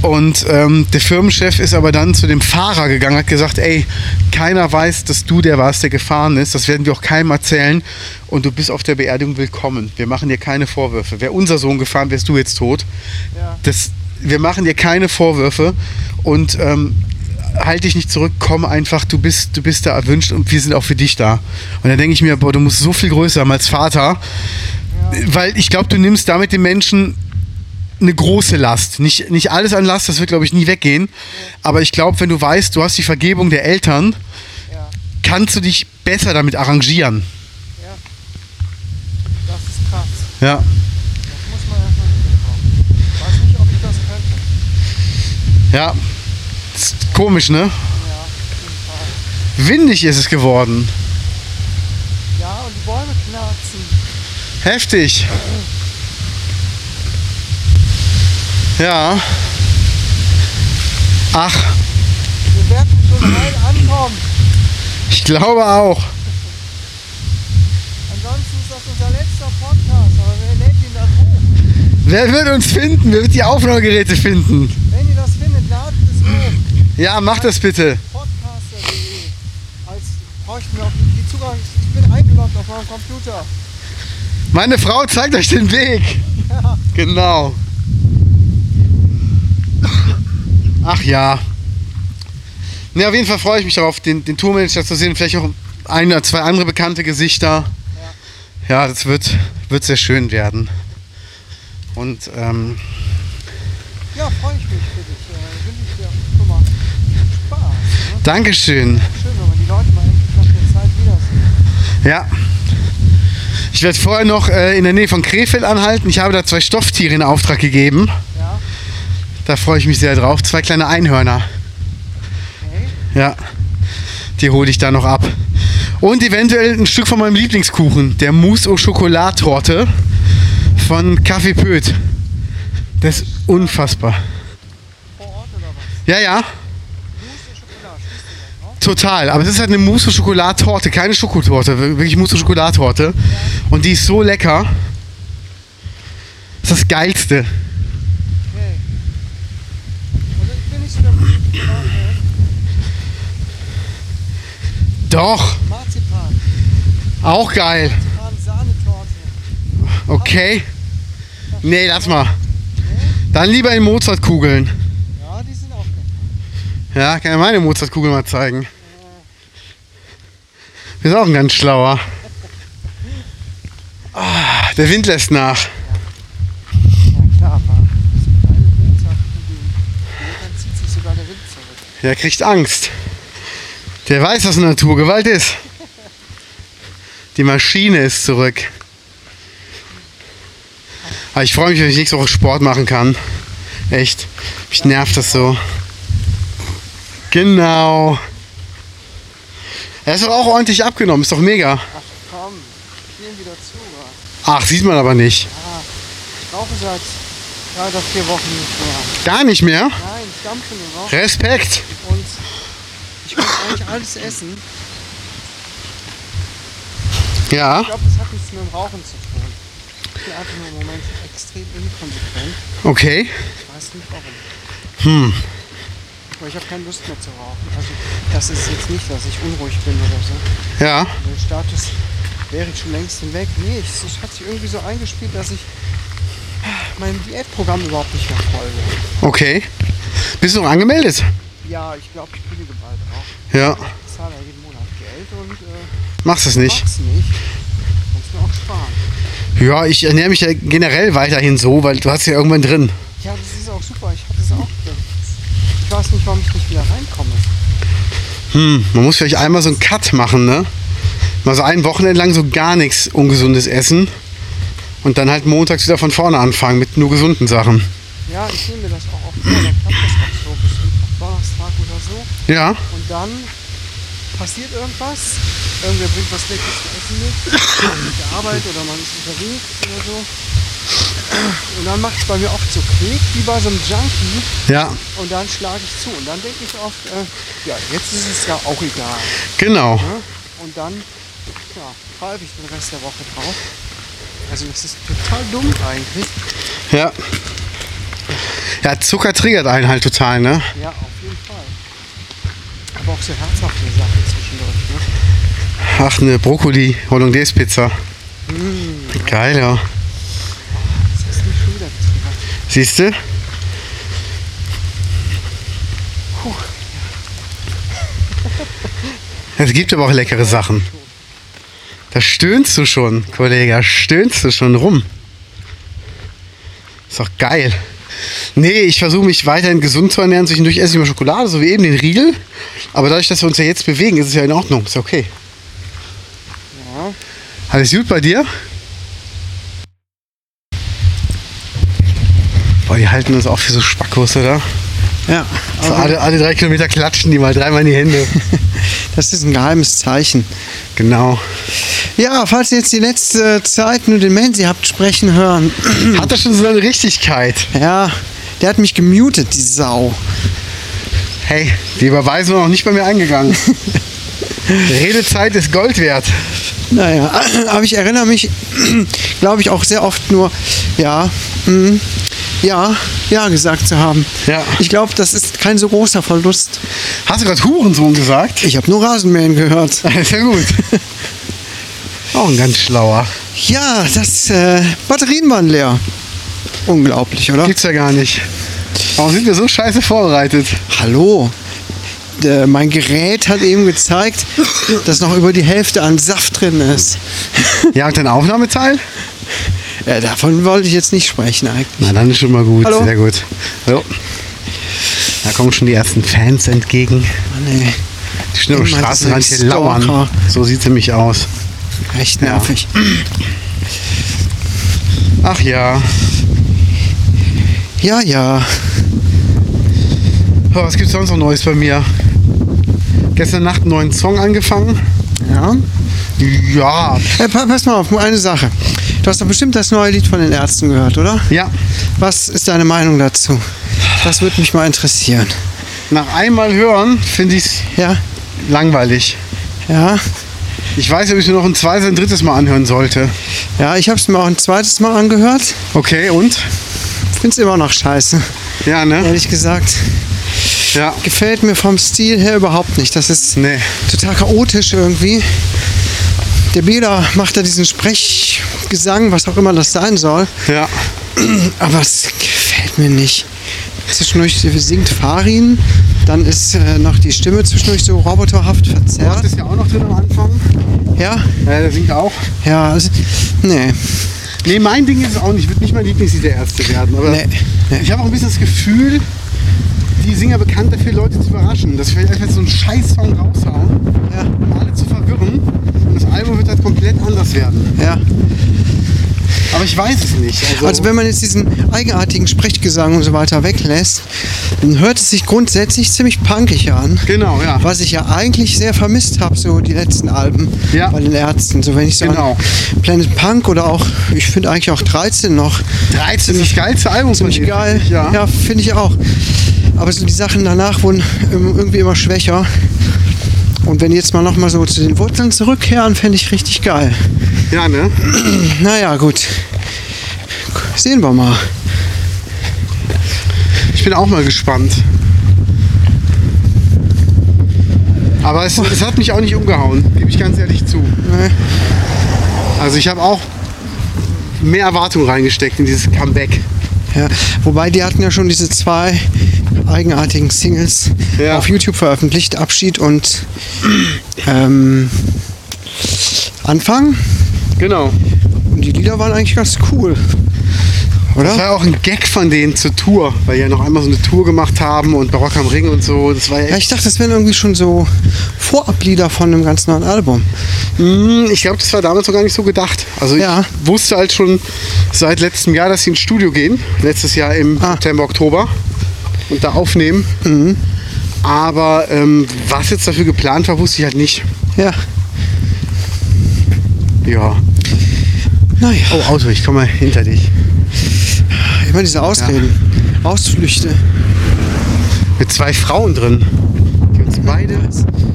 B: Und ähm, der Firmenchef ist aber dann zu dem Fahrer gegangen, hat hat gesagt, ey, keiner weiß, dass du der warst, der gefahren ist. Das werden wir auch keinem erzählen. Und du bist auf der Beerdigung willkommen. Wir machen dir keine Vorwürfe. Wäre unser Sohn gefahren, wärst du jetzt tot. Ja. Das, wir machen dir keine Vorwürfe. Und ähm, halt dich nicht zurück, komm einfach, du bist, du bist da erwünscht und wir sind auch für dich da. Und dann denke ich mir, boah, du musst so viel größer haben als Vater, weil ich glaube, du nimmst damit den Menschen eine große Last. Nicht, nicht alles an Last, das wird, glaube ich, nie weggehen. Aber ich glaube, wenn du weißt, du hast die Vergebung der Eltern, kannst du dich besser damit arrangieren.
A: Ja. Das ist krass.
B: Ja.
A: Das muss man erstmal hinbekommen. Ich weiß nicht, ob ich das
B: Ja.
A: könnte.
B: Ist komisch, ne?
A: Ja, auf jeden Fall.
B: Windig ist es geworden.
A: Ja, und die Bäume knarzen.
B: Heftig. Ja. Ach,
A: Wir werden schon rein ankommen.
B: ich glaube auch.
A: Ansonsten ist das unser letzter Podcast, aber wer lädt ihn dann hoch?
B: Wer wird uns finden? Wer wird die Aufnahmegeräte finden?
A: Wenn ihr das findet, ladet es hoch.
B: Ja, mach das bitte.
A: Podcaster.de. Als bräuchten wir auch die Zugang. Ich bin eingeloggt auf meinem Computer.
B: Meine Frau zeigt euch den Weg.
A: Ja.
B: Genau. Ach ja. Ne, auf jeden Fall freue ich mich darauf, den, den Tourmanager zu sehen. Vielleicht auch ein oder zwei andere bekannte Gesichter. Ja, das wird, wird sehr schön werden. Und ähm,
A: Ja, freue ich mich für dich. Äh, wünsche ich dir schon mal Spaß.
B: Dankeschön.
A: Ne? Schön, wenn man die Leute mal endlich nach der Zeit wieder sieht.
B: Ja. Ich werde vorher noch äh, in der Nähe von Krefeld anhalten. Ich habe da zwei Stofftiere in Auftrag gegeben.
A: Ja,
B: Da freue ich mich sehr drauf. Zwei kleine Einhörner.
A: okay.
B: Ja. Die hole ich da noch ab. Und eventuell ein Stück von meinem Lieblingskuchen, der Mousse au Chocolat-Torte von Café Pöth. Das ist unfassbar.
A: Vor Ort oder was?
B: Ja, ja,
A: Mousse und Schokolade, schließt ihr das noch?
B: total. Aber es ist halt eine Mousse au Chocolat-Torte, keine Schokotorte, wir- wirklich Mousse au Chocolat-Torte. Und die ist so lecker. Das ist das Geilste.
A: Okay. Und ich bin nicht schlimm.
B: Doch,
A: Marzipan.
B: auch geil.
A: Marzipan, Sahnetorte.
B: Okay. Nee, lass mal. Dann lieber in Mozartkugeln.
A: Ja, die sind auch lecker.
B: Ja, kann ja meine Mozartkugel mal zeigen. Wir sind auch ein ganz schlauer. Ah, der Wind lässt nach.
A: Ja, klar, aber das sind kleine Windzauerkugeln. Dann zieht sich sogar der Wind zurück.
B: Der kriegt Angst. Der weiß, dass Natur Gewalt ist. Die Maschine ist zurück. Aber ich freue mich, wenn ich nächste Woche Sport machen kann. Echt. Mich nervt das so. Genau. Er ist doch auch ordentlich abgenommen. Ist doch mega.
A: Ach komm, gehen wieder zu. wa?
B: Ach, sieht man aber nicht.
A: Ich rauche seit drei oder halt. vier Wochen nicht mehr.
B: Gar nicht mehr.
A: Nein, ich dampfe nur noch.
B: Respekt.
A: Und ich muss eigentlich alles essen.
B: Ja.
A: Ich glaube, das hat nichts mit dem Rauchen zu tun. Ich bin einfach nur im Moment extrem inkonsequent.
B: Okay.
A: Ich weiß nicht warum. Hm. Aber ich habe keine Lust mehr zu rauchen. Also das ist jetzt nicht, dass ich unruhig bin oder so.
B: Ja.
A: Den Status wäre ich schon längst hinweg. Nee, es, es hat sich irgendwie so eingespielt, dass ich meinem Diätprogramm überhaupt nicht mehr folge.
B: Okay. Bist du noch angemeldet?
A: Ja, ich glaube, ich kündige bald auch.
B: Ja.
A: Ich zahle ja jeden Monat Geld und äh,
B: Machst es nicht.
A: mach's nicht. Kannst mir auch sparen.
B: Ja, ich ernähre mich ja generell weiterhin so, weil du hast ja irgendwann drin.
A: Ja, das ist auch super. Ich hatte es auch. äh, Ich weiß nicht, warum ich nicht wieder reinkomme.
B: Hm, man muss vielleicht einmal so einen Cut machen, ne? Mal so ein Wochenende lang so gar nichts ungesundes essen und dann halt montags wieder von vorne anfangen mit nur gesunden Sachen.
A: Ja, ich nehme mir das auch oft vor. Dann klappt das auch so bis am Donnerstag oder so.
B: Ja,
A: Und dann passiert irgendwas. Irgendwer bringt was weg, zu essen mit. Man ist Mit der Arbeit oder man ist unterwegs oder so. Und dann macht es bei mir oft so Klick, wie bei so einem Junkie.
B: ja,
A: Und dann schlage ich zu. Und dann denke ich oft, äh, ja, jetzt ist es ja auch egal.
B: genau.
A: Ne? Und dann ja, pfeife ich den Rest der Woche drauf. Also das ist total dumm eigentlich.
B: Ja. Ja, Zucker triggert einen halt total, ne?
A: Ja, auf jeden Fall.
C: aber auch so herzhafte Sachen zwischendurch. Ne?
B: Ach, eine Brokkoli-Hollandaise-Pizza. Geil, ja.
C: Das hast du mich schon wieder getriggert.
B: Siehst du? Es gibt aber auch leckere Sachen. Da stöhnst du schon, Kollege, da stöhnst du schon rum. Ist doch geil. Nee, ich versuche mich weiterhin gesund zu ernähren. Zwischendurch esse ich mal Schokolade, so wie eben den Riegel. Aber dadurch, dass wir uns ja jetzt bewegen, ist es ja in Ordnung. Ist ja okay.
C: Ja.
B: Alles gut bei dir? Boah, die halten uns auch für so Spackos, oder?
A: Ja,
B: So alle, alle drei Kilometer klatschen die mal dreimal in die Hände.
A: das ist ein geheimes Zeichen.
B: genau.
A: Ja, falls ihr jetzt die letzte Zeit nur den Mansi habt sprechen hören.
B: Hat das schon so eine Richtigkeit?
A: Ja, der hat mich gemutet, die Sau.
B: Hey, die Überweisung noch nicht bei mir eingegangen. Redezeit ist Gold wert.
A: Naja, aber ich erinnere mich, glaube ich, auch sehr oft nur, ja, mm, ja, ja gesagt zu haben.
B: Ja.
A: Ich glaube, das ist kein so großer Verlust.
B: Hast du gerade Hurensohn gesagt?
A: Ich habe nur Rasenmähen gehört.
B: Ist ja gut. Auch ein ganz schlauer.
A: Ja, das äh, Batterien waren leer. Unglaublich, oder?
B: Gibt's ja gar nicht. Warum sind wir so scheiße vorbereitet?
A: Hallo. Äh, mein Gerät hat eben gezeigt, dass noch über die Hälfte an Saft drin ist.
B: Ja, und dein Aufnahmeteil?
A: Ja, Äh, davon wollte ich jetzt nicht sprechen eigentlich.
B: Na, dann ist schon mal gut.
A: Hallo?
B: Sehr gut. So. Da kommen schon die ersten Fans entgegen.
A: Mann, ey,
B: Die stehen am
A: Immer diese
B: Straßenrand hier lauern.
A: Stalker.
B: So sieht sie mich aus.
A: echt
B: Ja.
A: nervig.
B: Ach ja.
A: Ja, ja.
B: Oh, was gibt's sonst noch Neues bei mir? Gestern Nacht einen neuen Song angefangen.
A: ja.
B: Ja.
A: Äh, pa- pass mal auf, nur eine Sache. Du hast doch bestimmt das neue Lied von den Ärzten gehört, oder?
B: Ja.
A: Was ist deine Meinung dazu? Das würde mich mal interessieren.
B: Nach einmal hören finde ich's
A: Ja,
B: langweilig.
A: ja.
B: Ich weiß, ob ich mir noch ein zweites, ein drittes Mal anhören sollte.
A: Ja, ich habe es mir auch ein zweites Mal angehört.
B: Okay, und?
A: Find's immer noch scheiße,
B: Ja, ne?
A: ehrlich gesagt.
B: Ja.
A: Gefällt mir vom Stil her überhaupt nicht. Das ist
B: Nee.
A: total chaotisch irgendwie. Der Bela macht da diesen Sprechgesang, was auch immer das sein soll.
B: Ja.
A: Aber es gefällt mir nicht. Zwischendurch singt Farin, dann ist äh, noch die Stimme zwischendurch so roboterhaft verzerrt.
B: ja auch noch drin am Anfang.
A: Ja,
B: Ja, der singt auch.
A: ja, also, nee.
B: Nee, mein Ding ist es auch nicht. Wird nicht mein Lieblingslied der Ärzte werden. Aber
A: Nee, nee.
B: ich habe auch ein bisschen das Gefühl, die sind ja bekannt dafür, Leute zu überraschen. Dass wir einfach so einen Scheiß-Song raushauen,
A: Ja,
B: um alle zu verwirren. Und das Album wird halt komplett anders werden.
A: ja.
B: Aber ich weiß es nicht. Also,
A: Also wenn man jetzt diesen eigenartigen Sprechgesang und so weiter weglässt, dann hört es sich grundsätzlich ziemlich punkig an.
B: genau, ja.
A: Was ich ja eigentlich sehr vermisst habe, so die letzten Alben
B: Ja.
A: bei den Ärzten. So wenn ich so
B: Genau.
A: an Planet Punk oder auch, ich finde eigentlich auch 13 noch
B: 13 ist das geilste Album von
A: ziemlich
B: denen,
A: geil.
B: finde ich, Ja.
A: finde ich auch. Aber so die Sachen danach wurden ähm, irgendwie immer schwächer. Und wenn die jetzt mal nochmal so zu den Wurzeln zurückkehren, fände ich richtig geil.
B: ja, ne?
A: Naja, gut. Sehen wir mal.
B: Ich bin auch mal gespannt. Aber es, es hat mich auch nicht umgehauen, gebe ich ganz ehrlich zu.
A: Ne?
B: Also ich habe auch mehr Erwartung reingesteckt in dieses Comeback.
A: Ja. Wobei die hatten ja schon diese zwei eigenartigen Singles
B: Ja.
A: auf YouTube veröffentlicht, Abschied und ähm, Anfang.
B: Genau.
A: Und die Lieder waren eigentlich ganz cool.
B: Das
A: Oder?
B: war auch ein Gag von denen zur Tour, weil die ja noch einmal so eine Tour gemacht haben und Barock am Ring und so. Das war ja
A: Ja,
B: echt,
A: ich dachte, das wären irgendwie schon so Vorablieder von einem ganz neuen Album.
B: Mm, ich glaube, das war damals noch gar nicht so gedacht. Also
A: Ja.
B: ich wusste halt schon seit letztem Jahr, dass sie ins Studio gehen. Letztes Jahr im
A: Ah.
B: September, Oktober. Und da aufnehmen. Mhm. Aber ähm, was jetzt dafür geplant war, wusste ich halt nicht.
A: Ja.
B: Ja.
A: Naja,
B: Oh, Auto, ich komme hinter dich.
A: immer diese Ausreden. Ausflüchte.
B: Mit zwei Frauen drin. Die uns beide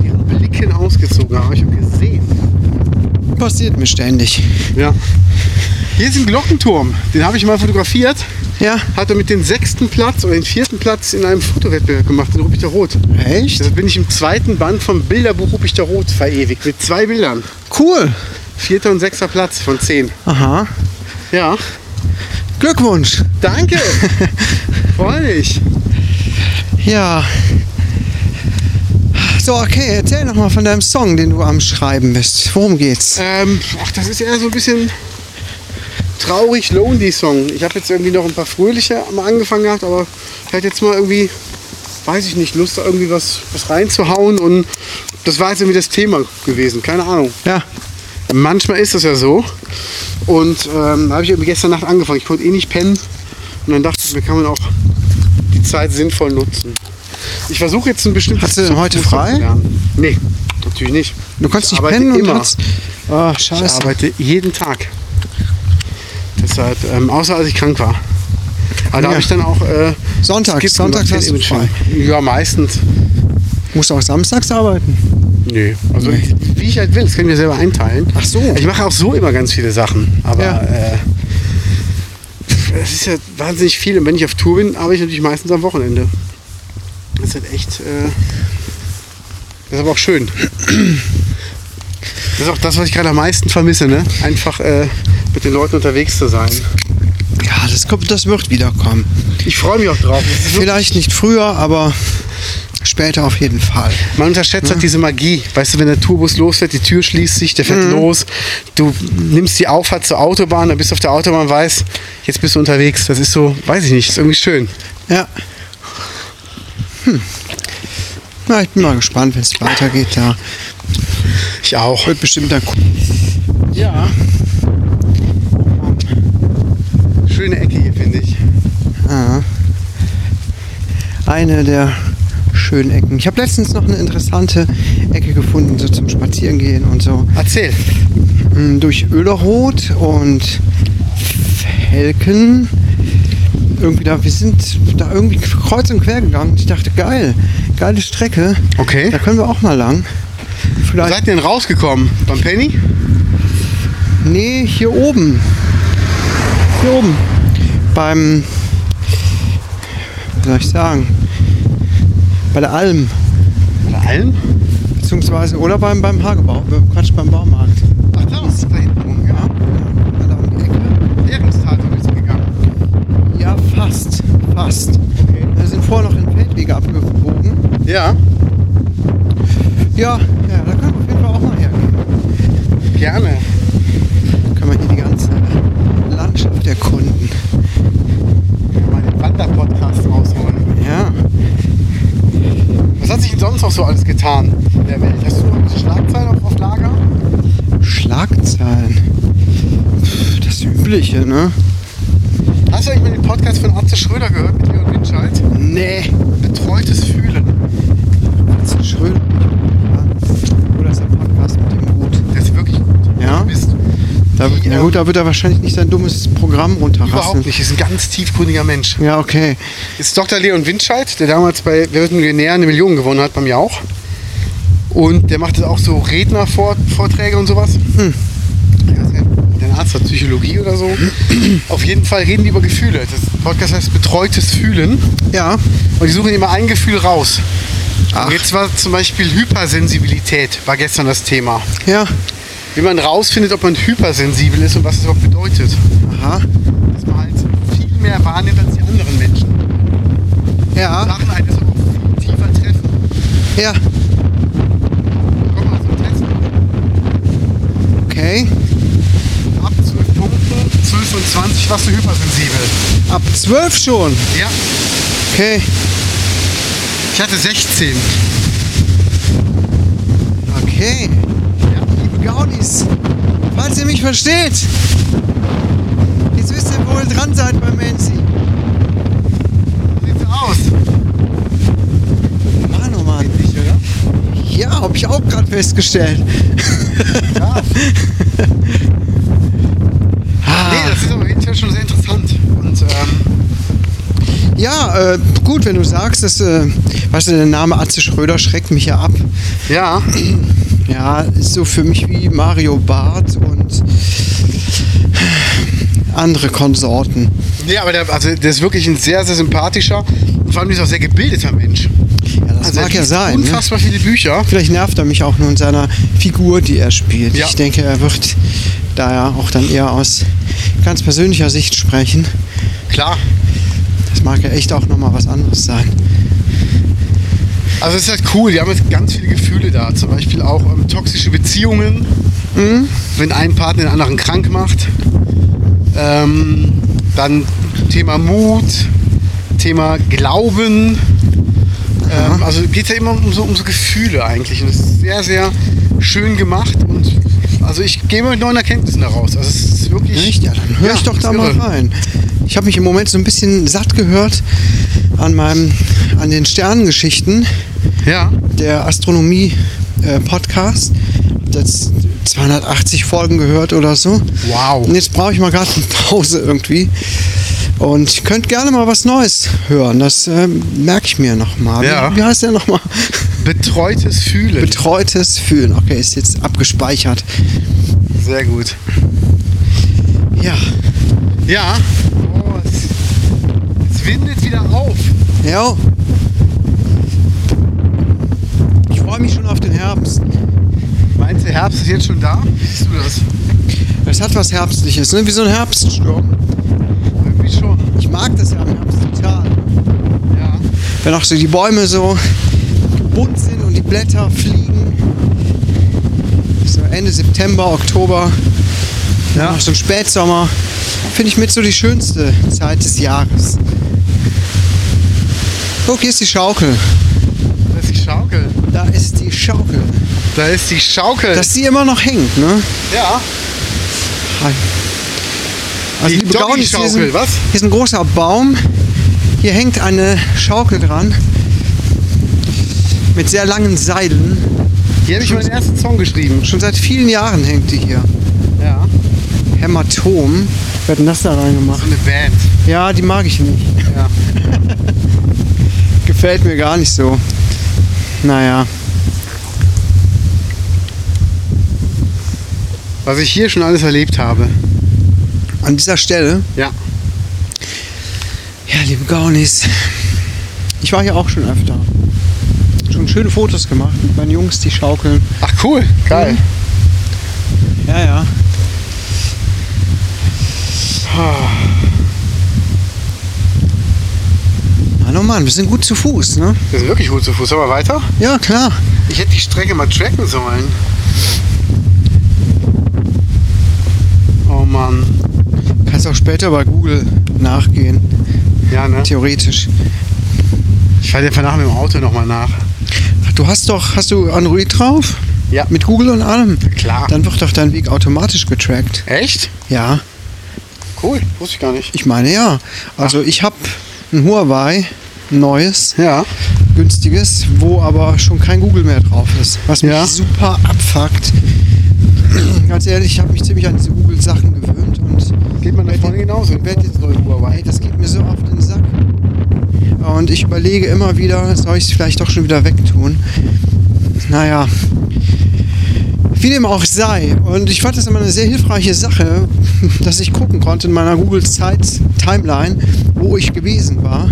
B: ihren Blicken ausgezogen haben. Hab Ich habe gesehen.
A: Passiert mir ständig.
B: Ja. Hier ist ein Glockenturm. Den habe ich mal fotografiert.
A: Ja.
B: Hat er mit den sechsten Platz oder den vierten Platz in einem Fotowettbewerb gemacht, in Rupichter Rot.
A: Echt?
B: Da bin ich im zweiten Band vom Bilderbuch Rupichter Rot verewigt, mit zwei Bildern.
A: Cool.
B: Vierter und sechster Platz von zehn.
A: Aha.
B: Ja.
A: Glückwunsch.
B: Danke. Freue mich.
A: Ja. So, okay, erzähl noch mal von deinem Song, den du am Schreiben bist. Worum geht's?
B: Ähm, ach, das ist eher so ein bisschen traurig lonely Song. Ich habe jetzt irgendwie noch ein paar fröhliche mal angefangen gehabt, aber ich hatte jetzt mal irgendwie, weiß ich nicht, Lust da irgendwie was, was reinzuhauen und das war jetzt irgendwie das Thema gewesen. Keine Ahnung.
A: Ja.
B: Manchmal ist das ja so. Und ähm, da habe ich irgendwie gestern Nacht angefangen. Ich konnte eh nicht pennen. Und dann dachte ich mir, kann man auch die Zeit sinnvoll nutzen. Ich versuche jetzt ein bestimmtes...
A: Hast du denn
B: Zug-
A: heute
B: Zug zu
A: frei?
B: lernen. Nee, natürlich nicht.
A: Du kannst
B: Ich
A: nicht
B: arbeite
A: pennen und
B: immer.
A: hast... Ach,
B: Ich
A: Ah, scheiße.
B: arbeite jeden Tag. Deshalb, ähm, außer als ich krank war. Aber da
A: Ja.
B: habe ich dann auch... Äh,
A: Sonntags,
B: Skip
A: sonntags
B: gemacht,
A: hast du
B: den
A: frei.
B: Imagefilm. Ja, meistens.
A: Musst auch samstags arbeiten.
B: Nee. Also wie ich halt will, das kann ich mir selber einteilen.
A: Ach so.
B: Ich mache auch so immer ganz viele Sachen. Aber
A: Ja.
B: äh, es ist ja wahnsinnig viel. Und wenn ich auf Tour bin, arbeite ich natürlich meistens am Wochenende. Das ist halt echt. Äh, das ist aber auch schön. Das ist auch das, was ich gerade am meisten vermisse, ne? Einfach äh, mit den Leuten unterwegs zu sein.
A: Ja, das, kommt, das wird wiederkommen.
B: Ich freue mich auch drauf. Das ist so-
A: Vielleicht nicht früher, aber später auf jeden Fall.
B: Man unterschätzt halt diese Magie. Weißt du, wenn der Tourbus losfährt, die Tür schließt sich, der fährt los, du nimmst die Auffahrt zur Autobahn, dann bist du auf der Autobahn, weißt, jetzt bist du unterwegs. Das ist so, weiß ich nicht, ist irgendwie schön.
A: Ja. Hm. Na, ich bin mal gespannt, wenn es weitergeht. Da
B: Ich auch.
A: wird bestimmt dann.
B: Ja. Schöne Ecke hier, finde ich.
A: Ah. Eine der schönen Ecken. Ich habe letztens noch eine interessante Ecke gefunden, so zum Spazierengehen und so.
B: Erzähl.
A: Mm, Durch Ölerroth und Felken. Irgendwie da, wir sind da irgendwie kreuz und quer gegangen. Ich dachte, geil, geile Strecke.
B: Okay.
A: Da können wir auch mal lang. Vielleicht
B: Seid ihr denn rausgekommen? Beim Penny?
A: Nee, hier oben. Hier oben. Beim. Wie soll ich sagen? Bei der Alm.
B: Bei allem?
A: Beziehungsweise. Oder beim, beim Hagebau. äh, Quatsch, beim Baumarkt.
B: Ach, da ist da hinten rum, genau. ja.
A: Da um die Ecke.
B: Ehrenstat ist gegangen.
A: Ja, fast. Fast.
B: Okay.
A: Wir sind vorher noch in Feldwege abgebogen.
B: Ja.
A: Ja, ja, da können wir auf jeden Fall auch mal hergehen.
B: Gerne.
A: Dann können wir hier die ganze Landschaft erkunden.
B: Mal den Wanderpodcast rausholen.
A: Ja.
B: Was hat sich denn sonst noch so alles getan in der Welt? Hast du noch eine Schlagzeile auf- auf Lager?
A: Schlagzeilen. Pff, Das Übliche, ne?
B: Hast du eigentlich mal den Podcast von Atze Schröder gehört mit Leon Winscheid?
A: Nee.
B: Betreutes Fühlen.
A: Atze Schröder. Ja. Oder ist der Podcast mit dem gut?
B: Der ist wirklich gut.
A: Ja?
B: Du bist
A: Da,
B: Die,
A: ja
B: ähm,
A: gut, da wird er wahrscheinlich nicht sein dummes Programm runterrasseln.
B: überhaupt nicht. Ist ein ganz tiefgründiger Mensch.
A: Ja, okay.
B: Ist Dr. Leon Winscheid, der damals bei Wer wird Millionär eine Million gewonnen hat beim Jauch. Und der macht jetzt auch so Rednervorträge und sowas. Ich weiß nicht, Der Arzt hat Psychologie oder so. Auf jeden Fall reden die über Gefühle. Das Podcast heißt Betreutes Fühlen.
A: Ja.
B: Und die suchen immer ein Gefühl raus.
A: Ach.
B: Und jetzt war zum Beispiel Hypersensibilität, war gestern das Thema.
A: Ja.
B: Wie man rausfindet, ob man hypersensibel ist und was es überhaupt bedeutet.
A: Aha.
B: Dass man halt viel mehr wahrnimmt als die anderen Menschen.
A: Ja.
B: Sachen eines aber auch viel tiefer treffen.
A: Ja.
B: Komm mal zum Test.
A: Okay.
B: Ab 12 Punkten, 12 und 20 warst du hypersensibel.
A: Ab 12 schon.
B: Ja.
A: Okay.
B: Ich hatte 16.
A: Okay.
B: Ja.
A: Liebe Gaudis, falls ihr mich versteht, jetzt wisst ihr, wo ihr dran seid bei Mansi.
B: Sieht's aus.
A: Mann, oh Mann.
B: Nicht, oder?
A: Ja, habe ich auch gerade festgestellt.
B: Ja. Nee, das ist aber jedenfalls schon sehr interessant. Und ähm,
A: Ja, äh, gut, wenn du sagst, dass, äh, weißt du, der Name Atze Schröder schreckt mich ja ab.
B: ja.
A: Ja, ist so für mich wie Mario Barth und äh, andere Konsorten.
B: Nee, aber der, also, der ist wirklich ein sehr, sehr sympathischer und vor allem ist er auch sehr gebildeter Mensch.
A: Ja, das
B: Also er
A: mag ja
B: liest
A: sein. Ne?
B: Unfassbar viele Bücher.
A: Vielleicht nervt er mich auch nur in seiner Figur, die er spielt.
B: Ja.
A: Ich denke, er wird da ja auch dann eher aus ganz persönlicher Sicht sprechen.
B: Klar.
A: Das mag ja echt auch nochmal was anderes sein.
B: Also es ist halt cool, die haben jetzt ganz viele Gefühle da. Zum Beispiel auch ähm, toxische Beziehungen,
A: Mhm.
B: wenn ein Partner den anderen krank macht. Ähm, dann Thema Mut, Thema Glauben. Ähm, also geht ja immer um so, um so Gefühle eigentlich. Und es ist sehr, sehr schön gemacht. Und also ich gehe mit neuen Erkenntnissen daraus. Also es ist wirklich.
A: Echt? Ja, dann höre ich doch
B: ist
A: da mal
B: irre.
A: rein. Ich habe mich im Moment so ein bisschen satt gehört an meinem, an den Sternengeschichten.
B: Ja.
A: der äh, Astronomie-Podcast. jetzt 280 Folgen gehört oder so.
B: Wow.
A: Und jetzt brauche ich mal gerade eine Pause irgendwie. Und könnt gerne mal was Neues hören. Das ähm, merke ich mir nochmal.
B: Ja.
A: Wie, wie heißt der nochmal?
B: Betreutes Fühlen.
A: Betreutes Fühlen. Okay, ist jetzt abgespeichert.
B: sehr gut.
A: Ja.
B: Ja. Oh, es, es windet wieder auf.
A: Ja. Ich freue mich schon auf den Herbst.
B: Meinst du, Herbst ist jetzt schon da? Wie siehst du das?
A: Das hat was Herbstliches, ne? Wie so ein Herbststurm.
B: Irgendwie schon.
A: Ich mag das ja am Herbst total.
B: Ja.
A: wenn auch so die Bäume so bunt sind und die Blätter fliegen. So Ende September, Oktober, ja. noch so ein Spätsommer, finde ich mit so die schönste Zeit des Jahres. Guck, hier ist die Schaukel.
B: Da ist die Schaukel.
A: Da ist die Schaukel.
B: Da ist die Schaukel.
A: Dass die immer noch hängt, ne?
B: ja.
A: Also
B: Die
A: liebe Gaunis, hier, ist ein-
B: Doggy-Schaukel, was?
A: hier ist ein großer Baum. Hier hängt eine Schaukel dran. Mit sehr langen Seilen.
B: Hier habe ich meinen ersten Song geschrieben.
A: Schon seit vielen Jahren hängt die hier.
B: Ja.
A: Hämatom. Wer hat denn das da
B: So
A: reingemacht?
B: eine Band.
A: Ja, die mag ich nicht.
B: Ja.
A: Gefällt mir gar nicht so. Naja.
B: Was ich hier schon alles erlebt habe.
A: An dieser Stelle.
B: Ja.
A: Ja, liebe Gaunis. Ich war hier auch schon öfter. Schon schöne Fotos gemacht mit meinen Jungs, die schaukeln.
B: Ach cool. Geil.
A: Ja, ja.
B: Ah,
A: Mann, oh Mann, wir sind gut zu Fuß, ne?
B: Wir sind wirklich gut zu Fuß. Aber weiter?
A: Ja, klar.
B: Ich hätte die Strecke mal tracken sollen. Oh Mann.
A: Kannst auch später bei Google nachgehen,
B: Ja, ne?
A: theoretisch.
B: Ich fahre dir einfach nach mit dem Auto nochmal nach.
A: Ach, Du hast doch, hast du Android drauf?
B: Ja.
A: Mit Google und allem?
B: Klar.
A: Dann wird doch dein Weg automatisch getrackt.
B: Echt?
A: Ja,
B: Cool. Wusste ich gar nicht.
A: ich meine ja. Also ich habe ein Huawei, ein neues,
B: Ja.
A: günstiges, wo aber schon kein Google mehr drauf ist. Was mich
B: Ja.
A: super abfuckt. Ganz ehrlich, ich habe mich ziemlich an diese Google-Sachen gewöhnt und
B: Geht man da vorne genauso.
A: Wer hat jetzt
B: neue
A: Ey, das geht mir so auf den Sack. Und ich überlege immer wieder, soll ich es vielleicht doch schon wieder wegtun? Naja. Wie dem auch sei. Und ich fand das immer eine sehr hilfreiche Sache, dass ich gucken konnte in meiner Google-Zeit-Timeline, wo ich gewesen war.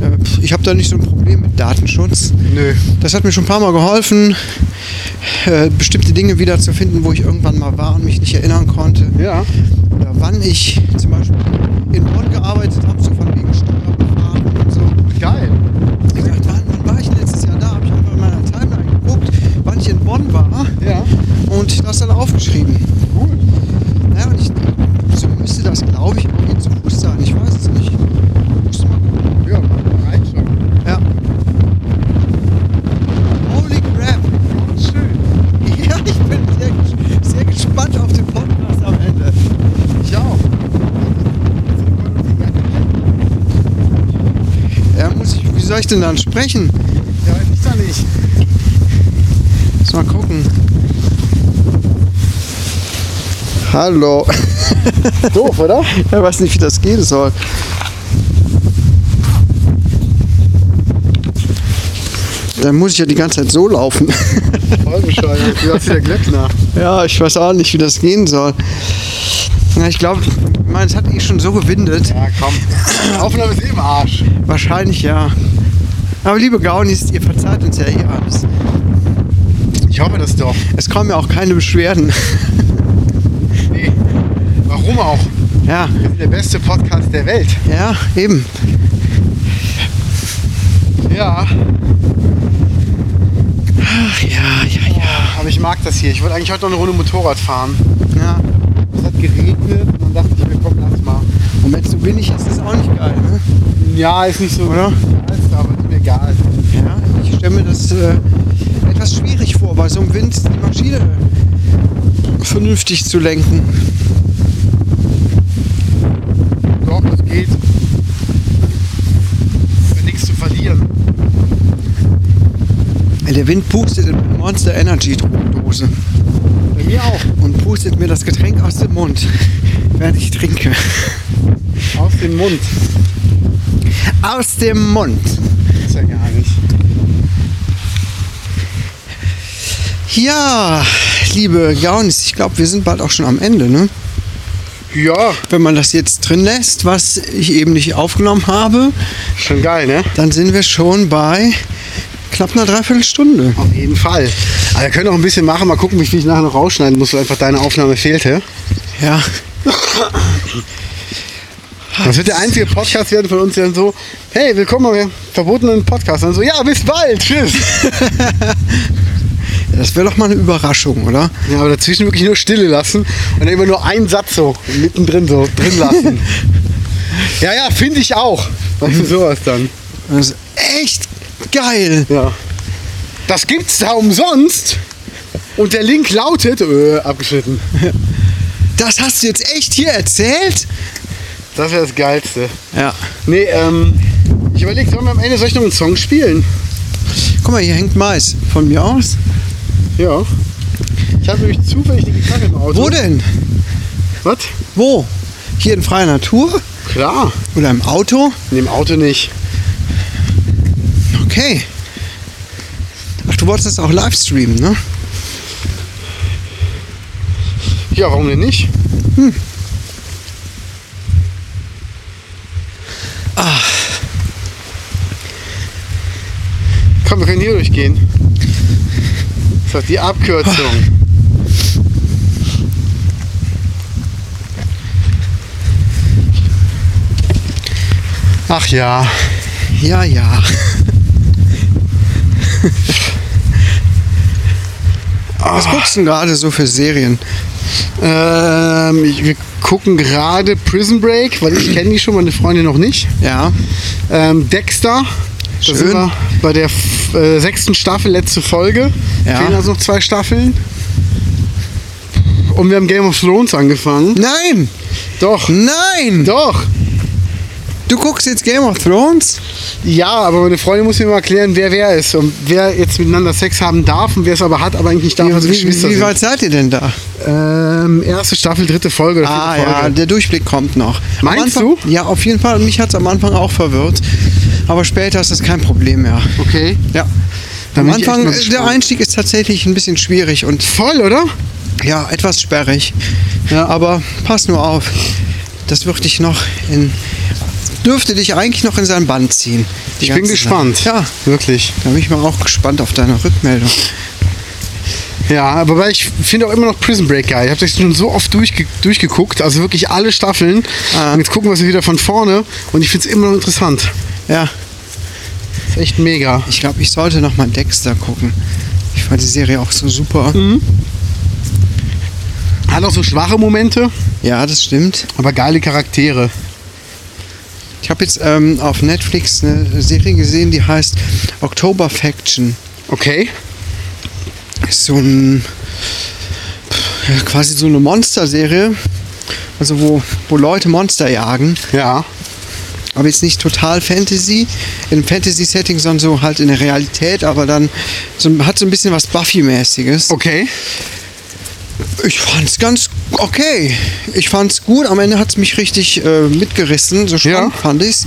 A: Äh, Ich habe da nicht so ein Problem mit Datenschutz.
B: Nö.
A: Das hat mir schon ein paar Mal geholfen, äh, bestimmte Dinge wieder zu finden, wo ich irgendwann mal war und mich nicht erinnern konnte
B: Ja.
A: oder wann ich zum Beispiel in Bonn gearbeitet habe, so von wegen Steuerbefahren und so.
B: Geil.
A: Ich hab gedacht, wann, wann war ich denn letztes Jahr da? Habe ich einfach in meiner Timeline geguckt, wann ich in Bonn war
B: Ja.
A: und das dann aufgeschrieben.
B: Cool.
A: Naja, und ich, so müsste das, glaube ich, auch hier zu Fuß sein. Ich weiß es nicht. Musst du mal gucken.
B: Ja, reinschauen.
A: Ja. Holy crap.
B: Schön.
A: Ja, ich bin sehr, ges- sehr gespannt auf den Podcast am Ende.
B: Ich auch.
A: Ja, muss ich, wie soll ich denn dann sprechen?
B: Ja, weiß ich da nicht.
A: Muss mal gucken. Hallo.
B: Doof, oder?
A: Ich weiß nicht, wie das gehen soll. Dann muss ich ja die ganze Zeit so laufen.
B: Voll bescheuert. Du hast wieder Glöckner.
A: Ja, ich weiß auch nicht, wie das gehen soll. Na, ich glaube, es hat eh schon so gewindet.
B: Ja, komm. Aufnahme ist eh im Arsch.
A: Wahrscheinlich ja. Aber liebe Gaunis, ihr verzeiht uns ja eh alles.
B: Ich hoffe das doch.
A: Es kommen ja auch keine Beschwerden.
B: Nee. Warum auch?
A: Ja,
B: Wir sind der beste Podcast der Welt.
A: ja, eben.
B: Ja.
A: Ach ja, ja,
B: Aber ich mag das hier. Ich wollte eigentlich heute noch eine Runde Motorrad fahren.
A: ja.
B: Es hat geregnet und dann dachte ich mir, komm, lass mal.
A: Und wenn es so billig ist, ist es auch nicht geil, ne?
B: Ja, ist nicht so,
A: Oder?
B: Ist, aber ist mir egal.
A: Ja, ich stelle mir das äh, etwas schwierig vor, bei so einem Wind die Maschine vernünftig zu lenken.
B: Doch, das geht. Für nichts zu verlieren.
A: Der Wind pustet in meine Monster Energy Dose
B: Bei mir auch.
A: und pustet mir das Getränk aus dem Mund, während ich trinke.
B: Aus dem Mund.
A: Aus dem Mund.
B: Ist ja gar nicht.
A: Ja, liebe Gaunis, ich glaube, wir sind bald auch schon am Ende, ne?
B: Ja,
A: Wenn man das jetzt drin lässt, was ich eben nicht aufgenommen habe,
B: schon geil, ne?
A: dann sind wir schon bei knapp einer Dreiviertelstunde.
B: Auf jeden Fall. Aber wir können auch ein bisschen machen. Mal gucken, wie viel ich nachher noch rausschneiden muss, weil einfach deine Aufnahme fehlte.
A: Ja.
B: Ah, Das wird der einzige Podcast werden von uns, der dann so, hey, willkommen beim verbotenen Podcast. Und dann so, ja, bis bald, tschüss.
A: Das wäre doch mal eine Überraschung, oder?
B: Ja, aber dazwischen wirklich nur Stille lassen und dann immer nur einen Satz so mittendrin so drin lassen. ja, ja, finde ich auch. Weißt du, sowas dann.
A: Das ist echt geil.
B: Ja. Das gibt's da umsonst. Und der Link lautet, äh, abgeschnitten.
A: Das hast du jetzt echt hier erzählt?
B: Das wäre das Geilste.
A: Ja.
B: Nee, ähm, ich überlege, sollen wir am Ende, soll ich noch einen Song spielen?
A: Guck mal, hier hängt Mais. Von mir aus?
B: Ja. Ich habe nämlich zufällig eine Gitarre im Auto.
A: Wo denn?
B: Was?
A: Wo? Hier in freier Natur?
B: Klar.
A: Oder im Auto?
B: In dem Auto nicht.
A: Okay. Ach, du wolltest das auch live streamen, ne?
B: Ja, warum denn nicht? Hm. Ah. Komm, wir können hier durchgehen. Das ist doch die Abkürzung. Ach ja.
A: Ja, ja.
B: Ah.
A: Was guckst du denn gerade so für Serien?
B: Ähm, ich, wir gucken gerade Prison Break, weil ich kenne die schon, meine Freundin noch nicht.
A: Ja.
B: Ähm, Dexter. Da
A: Schön.
B: sind wir bei der f- äh, sechsten Staffel, letzte Folge.
A: Ja.
B: Fehlen also noch zwei Staffeln. Und wir haben Game of Thrones angefangen.
A: Nein!
B: Doch.
A: Hm. Nein!
B: Doch.
A: Du guckst jetzt Game of Thrones?
B: Ja, aber meine Freundin muss mir mal erklären, wer wer ist und wer jetzt miteinander Sex haben darf und wer es aber hat, aber eigentlich nicht darf, weil sie
A: wie,
B: also Geschwister
A: wie, wie
B: sind.
A: weit seid ihr denn da?
B: Ähm, erste Staffel, dritte Folge oder vierte
A: Ah
B: Folge.
A: ja, der Durchblick kommt noch. Am
B: Meinst
A: Anfang,
B: du?
A: Ja, auf jeden Fall. Und mich hat es am Anfang auch verwirrt. Aber später ist das kein Problem mehr.
B: Okay.
A: Ja.
B: Dann
A: Am
B: bin ich echt
A: Anfang,
B: mal
A: äh, der
B: gespannt.
A: Einstieg ist tatsächlich ein bisschen schwierig und
B: Voll, oder?
A: ja, etwas sperrig. Ja, aber pass nur auf. Das wird dich noch in. Dürfte dich eigentlich noch in sein Band ziehen. die
B: Ich bin
A: ganze Sache.
B: gespannt.
A: Ja,
B: Wirklich.
A: da bin ich mal auch gespannt auf deine Rückmeldung.
B: Ja, aber weil ich finde auch immer noch Prison Break geil. Ich habe das schon so oft durchge durchgeguckt, also wirklich alle Staffeln.
A: Ah.
B: Und jetzt gucken wir es wieder von vorne und ich finde es immer noch interessant.
A: Ja,
B: Ist echt mega.
A: ich glaube, ich sollte noch mal Dexter gucken. Ich fand die Serie auch so super.
B: Mhm. Hat auch so schwache Momente,
A: Ja, das stimmt.
B: aber geile Charaktere.
A: Ich habe jetzt ähm, auf Netflix eine Serie gesehen, die heißt October Faction.
B: Okay.
A: Ist so ein pff, ja, quasi so eine Monsterserie. Also wo, wo Leute Monster jagen.
B: Ja.
A: Aber jetzt nicht total Fantasy, in Fantasy-Setting, sondern so halt in der Realität, aber dann so, hat so ein bisschen was Buffy-mäßiges.
B: Okay.
A: Oh, Ich fand's ganz okay. Ich fand's gut. Am Ende hat's mich richtig äh, mitgerissen. So spannend
B: Ja.
A: fand ich's.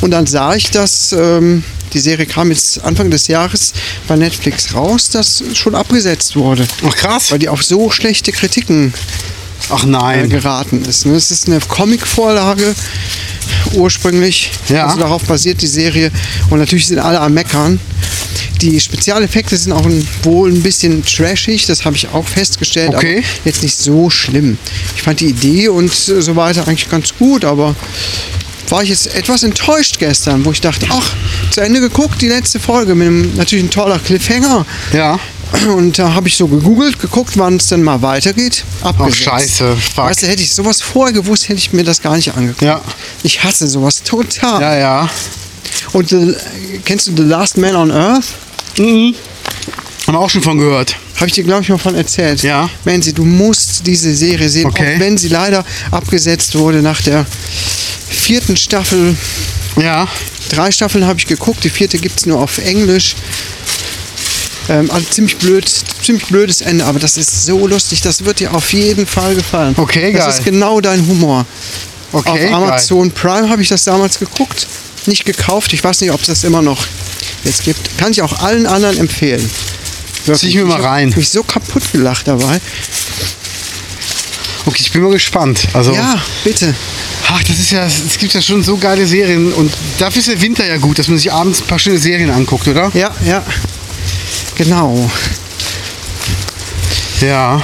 A: Und dann sah ich, dass ähm, die Serie kam jetzt Anfang des Jahres bei Netflix raus, dass schon abgesetzt wurde,
B: Ach krass.
A: weil die auf so schlechte Kritiken
B: Ach
A: äh,
B: nein.
A: geraten ist. ne? Es ist eine Comic-Vorlage ursprünglich.
B: Ja.
A: Also darauf basiert die Serie. Und natürlich sind alle am Meckern. Die Spezialeffekte sind auch ein, wohl ein bisschen trashig, das habe ich auch festgestellt.
B: Okay.
A: Aber jetzt nicht so schlimm. Ich fand die Idee und äh, so weiter eigentlich ganz gut, aber war ich jetzt etwas enttäuscht gestern, wo ich dachte, ach, zu Ende geguckt, die letzte Folge mit einem natürlich ein toller Cliffhanger.
B: Ja.
A: Und da habe ich so gegoogelt, geguckt, wann es denn mal weitergeht. Abgesetzt.
B: Oh, scheiße, fuck.
A: Weißt du, hätte ich sowas vorher gewusst, hätte ich mir das gar nicht angeguckt.
B: Ja.
A: Ich hasse sowas total.
B: Ja, ja.
A: Und äh, kennst du The Last Man on Earth?
B: Mhm. Haben wir auch schon von gehört.
A: Habe ich dir, glaube ich, mal von erzählt.
B: Ja.
A: Mansi, du musst diese Serie sehen,
B: Okay.
A: auch wenn sie leider abgesetzt wurde nach der vierten Staffel.
B: Ja.
A: Drei Staffeln habe ich geguckt, die vierte gibt es nur auf Englisch. Ähm, also ziemlich blöd, ziemlich blödes Ende, aber das ist so lustig, das wird dir auf jeden Fall gefallen.
B: Okay,
A: Das
B: geil.
A: ist genau dein Humor.
B: Okay,
A: auf Amazon Prime habe ich das damals geguckt, nicht gekauft. Ich weiß nicht, ob es das immer noch jetzt gibt. Kann ich auch allen anderen empfehlen. Wirklich.
B: Zieh ich mir mal rein.
A: Ich hab mich so kaputt gelacht dabei.
B: Okay, ich bin mal gespannt. Also,
A: Ja, bitte.
B: ach, das ist ja, es gibt ja schon so geile Serien und dafür ist der Winter ja gut, dass man sich abends ein paar schöne Serien anguckt, oder?
A: Ja, ja. Genau.
B: Ja.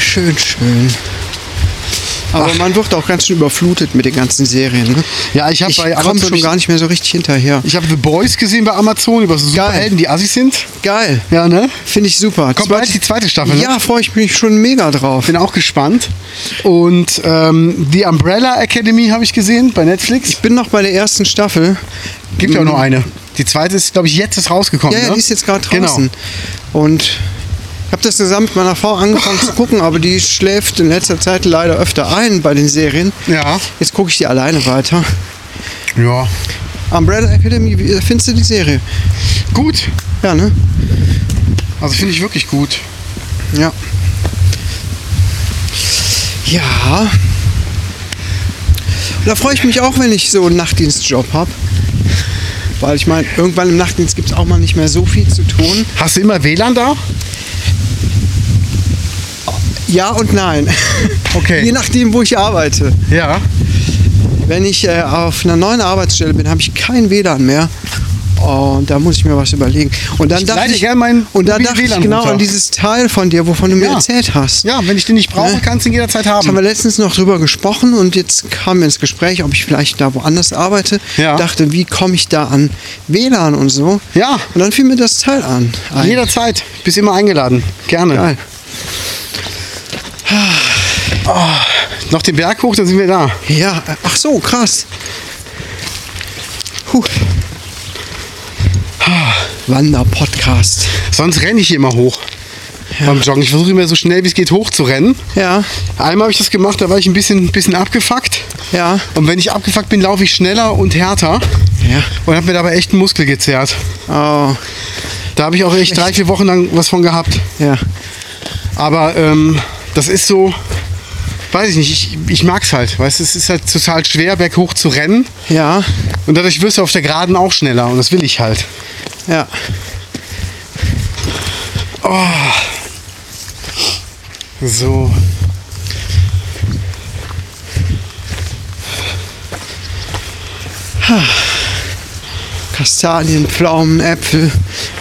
A: Schön, schön. Aber man wird auch ganz schön überflutet mit den ganzen Serien. Ne?
B: Ja, ich habe
A: ich
B: bei
A: komme
B: Amazon
A: schon gar nicht mehr so richtig hinterher.
B: Ich habe The Boys gesehen bei Amazon über so Superhelden, die assi sind.
A: Geil.
B: Ja, ne?
A: Finde ich super.
B: Kommt bald die zweite Staffel, ne?
A: Ja, freue ich mich schon mega drauf.
B: Bin auch gespannt. Und ähm, The Umbrella Academy habe ich gesehen bei Netflix. Mhm.
A: Ich bin noch bei der ersten Staffel.
B: Gibt ja auch nur eine. Die zweite ist, glaube ich, jetzt ist rausgekommen.
A: Ja, ja,
B: ne?
A: die ist jetzt gerade draußen. Und ich habe das zusammen mit meiner Frau angefangen zu gucken, aber die schläft in letzter Zeit leider öfter ein bei den Serien.
B: Ja.
A: Jetzt gucke ich die alleine weiter.
B: Genau. Ja.
A: Umbrella Academy, wie findest du die Serie?
B: Gut.
A: Ja, ne?
B: Also finde ich wirklich gut.
A: Ja. Ja. Da freue ich mich auch, wenn ich so einen Nachtdienstjob habe. Weil ich meine, irgendwann im Nachtdienst gibt es auch mal nicht mehr so viel zu tun.
B: Hast du immer WLAN da?
A: Ja und nein.
B: Okay.
A: Je nachdem, wo ich arbeite.
B: Ja.
A: Wenn ich äh, auf einer neuen Arbeitsstelle bin, habe ich kein WLAN mehr. Und da muss ich mir was überlegen. Und dann
B: Ich
A: dachte
B: leite
A: ich,
B: gern meinen
A: und dann
B: mobilen
A: dachte ich
B: WLAN
A: genau
B: runter.
A: an dieses Teil von dir, wovon du mir
B: Ja.
A: erzählt hast.
B: Ja, wenn ich den nicht brauche,
A: Ne?
B: kannst du ihn jederzeit
A: Das haben wir
B: haben.
A: letztens noch drüber gesprochen und jetzt kam mir ins Gespräch, ob ich vielleicht da woanders arbeite.
B: Ja.
A: Dachte, wie komme ich da an WLAN und so.
B: Ja.
A: Und dann fiel mir das Teil an. Ein.
B: Jederzeit. Bist immer eingeladen. Gerne.
A: Geil.
B: Noch den Berg hoch, dann sind wir da.
A: Ja, äh, ach so, krass. Puh. Wanderpodcast.
B: Sonst renne ich hier immer hoch. Beim Joggen. Ich versuche immer so schnell wie es geht hoch zu rennen.
A: Ja,
B: Einmal habe ich das gemacht, da war ich ein bisschen, bisschen abgefuckt.
A: ja.
B: Und wenn ich abgefuckt bin, laufe ich schneller und härter.
A: Ja.
B: Und habe mir dabei echt einen Muskel gezerrt.
A: Oh,
B: Da habe ich auch echt drei, vier Wochen lang was von gehabt.
A: ja.
B: Aber ähm, das ist so, weiß ich nicht, ich, ich mag es halt. Weißt du, es ist halt total schwer, berghoch zu rennen.
A: Ja,
B: Und dadurch wirst du auf der Geraden auch schneller. Und das will ich halt.
A: ja.
B: So.
A: Kastanien, Pflaumen, Äpfel,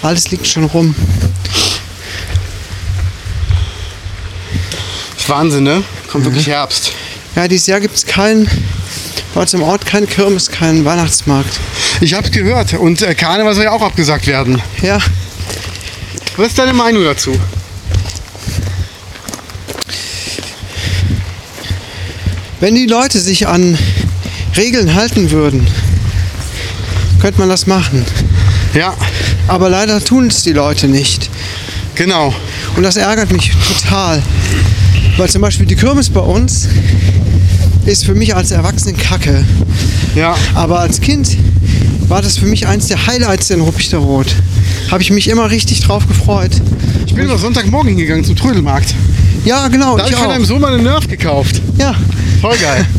A: alles liegt schon rum.
B: Ist Wahnsinn, ne? Kommt wirklich Herbst.
A: Ja, dieses Jahr gibt es keinen, bei uns im Ort keinen Kirmes, keinen Weihnachtsmarkt.
B: Ich hab's gehört. Und äh, Karneval soll ja auch abgesagt werden.
A: Ja,
B: Was ist deine Meinung dazu?
A: wenn die Leute sich an Regeln halten würden, könnte man das machen.
B: Ja,
A: Aber leider tun es die Leute nicht.
B: genau.
A: Und das ärgert mich total. Weil zum Beispiel die Kirmes bei uns ist für mich als Erwachsenen Kacke.
B: Ja,
A: Aber als Kind war das für mich eins der Highlights in Ruppichteroth. Habe ich mich immer richtig drauf gefreut.
B: ich bin doch Sonntagmorgen hingegangen zum Trödelmarkt.
A: Ja, genau,
B: Da habe
A: ich
B: ich von
A: auch.
B: deinem Sohn mal einen Nerf gekauft.
A: Ja.
B: Voll geil.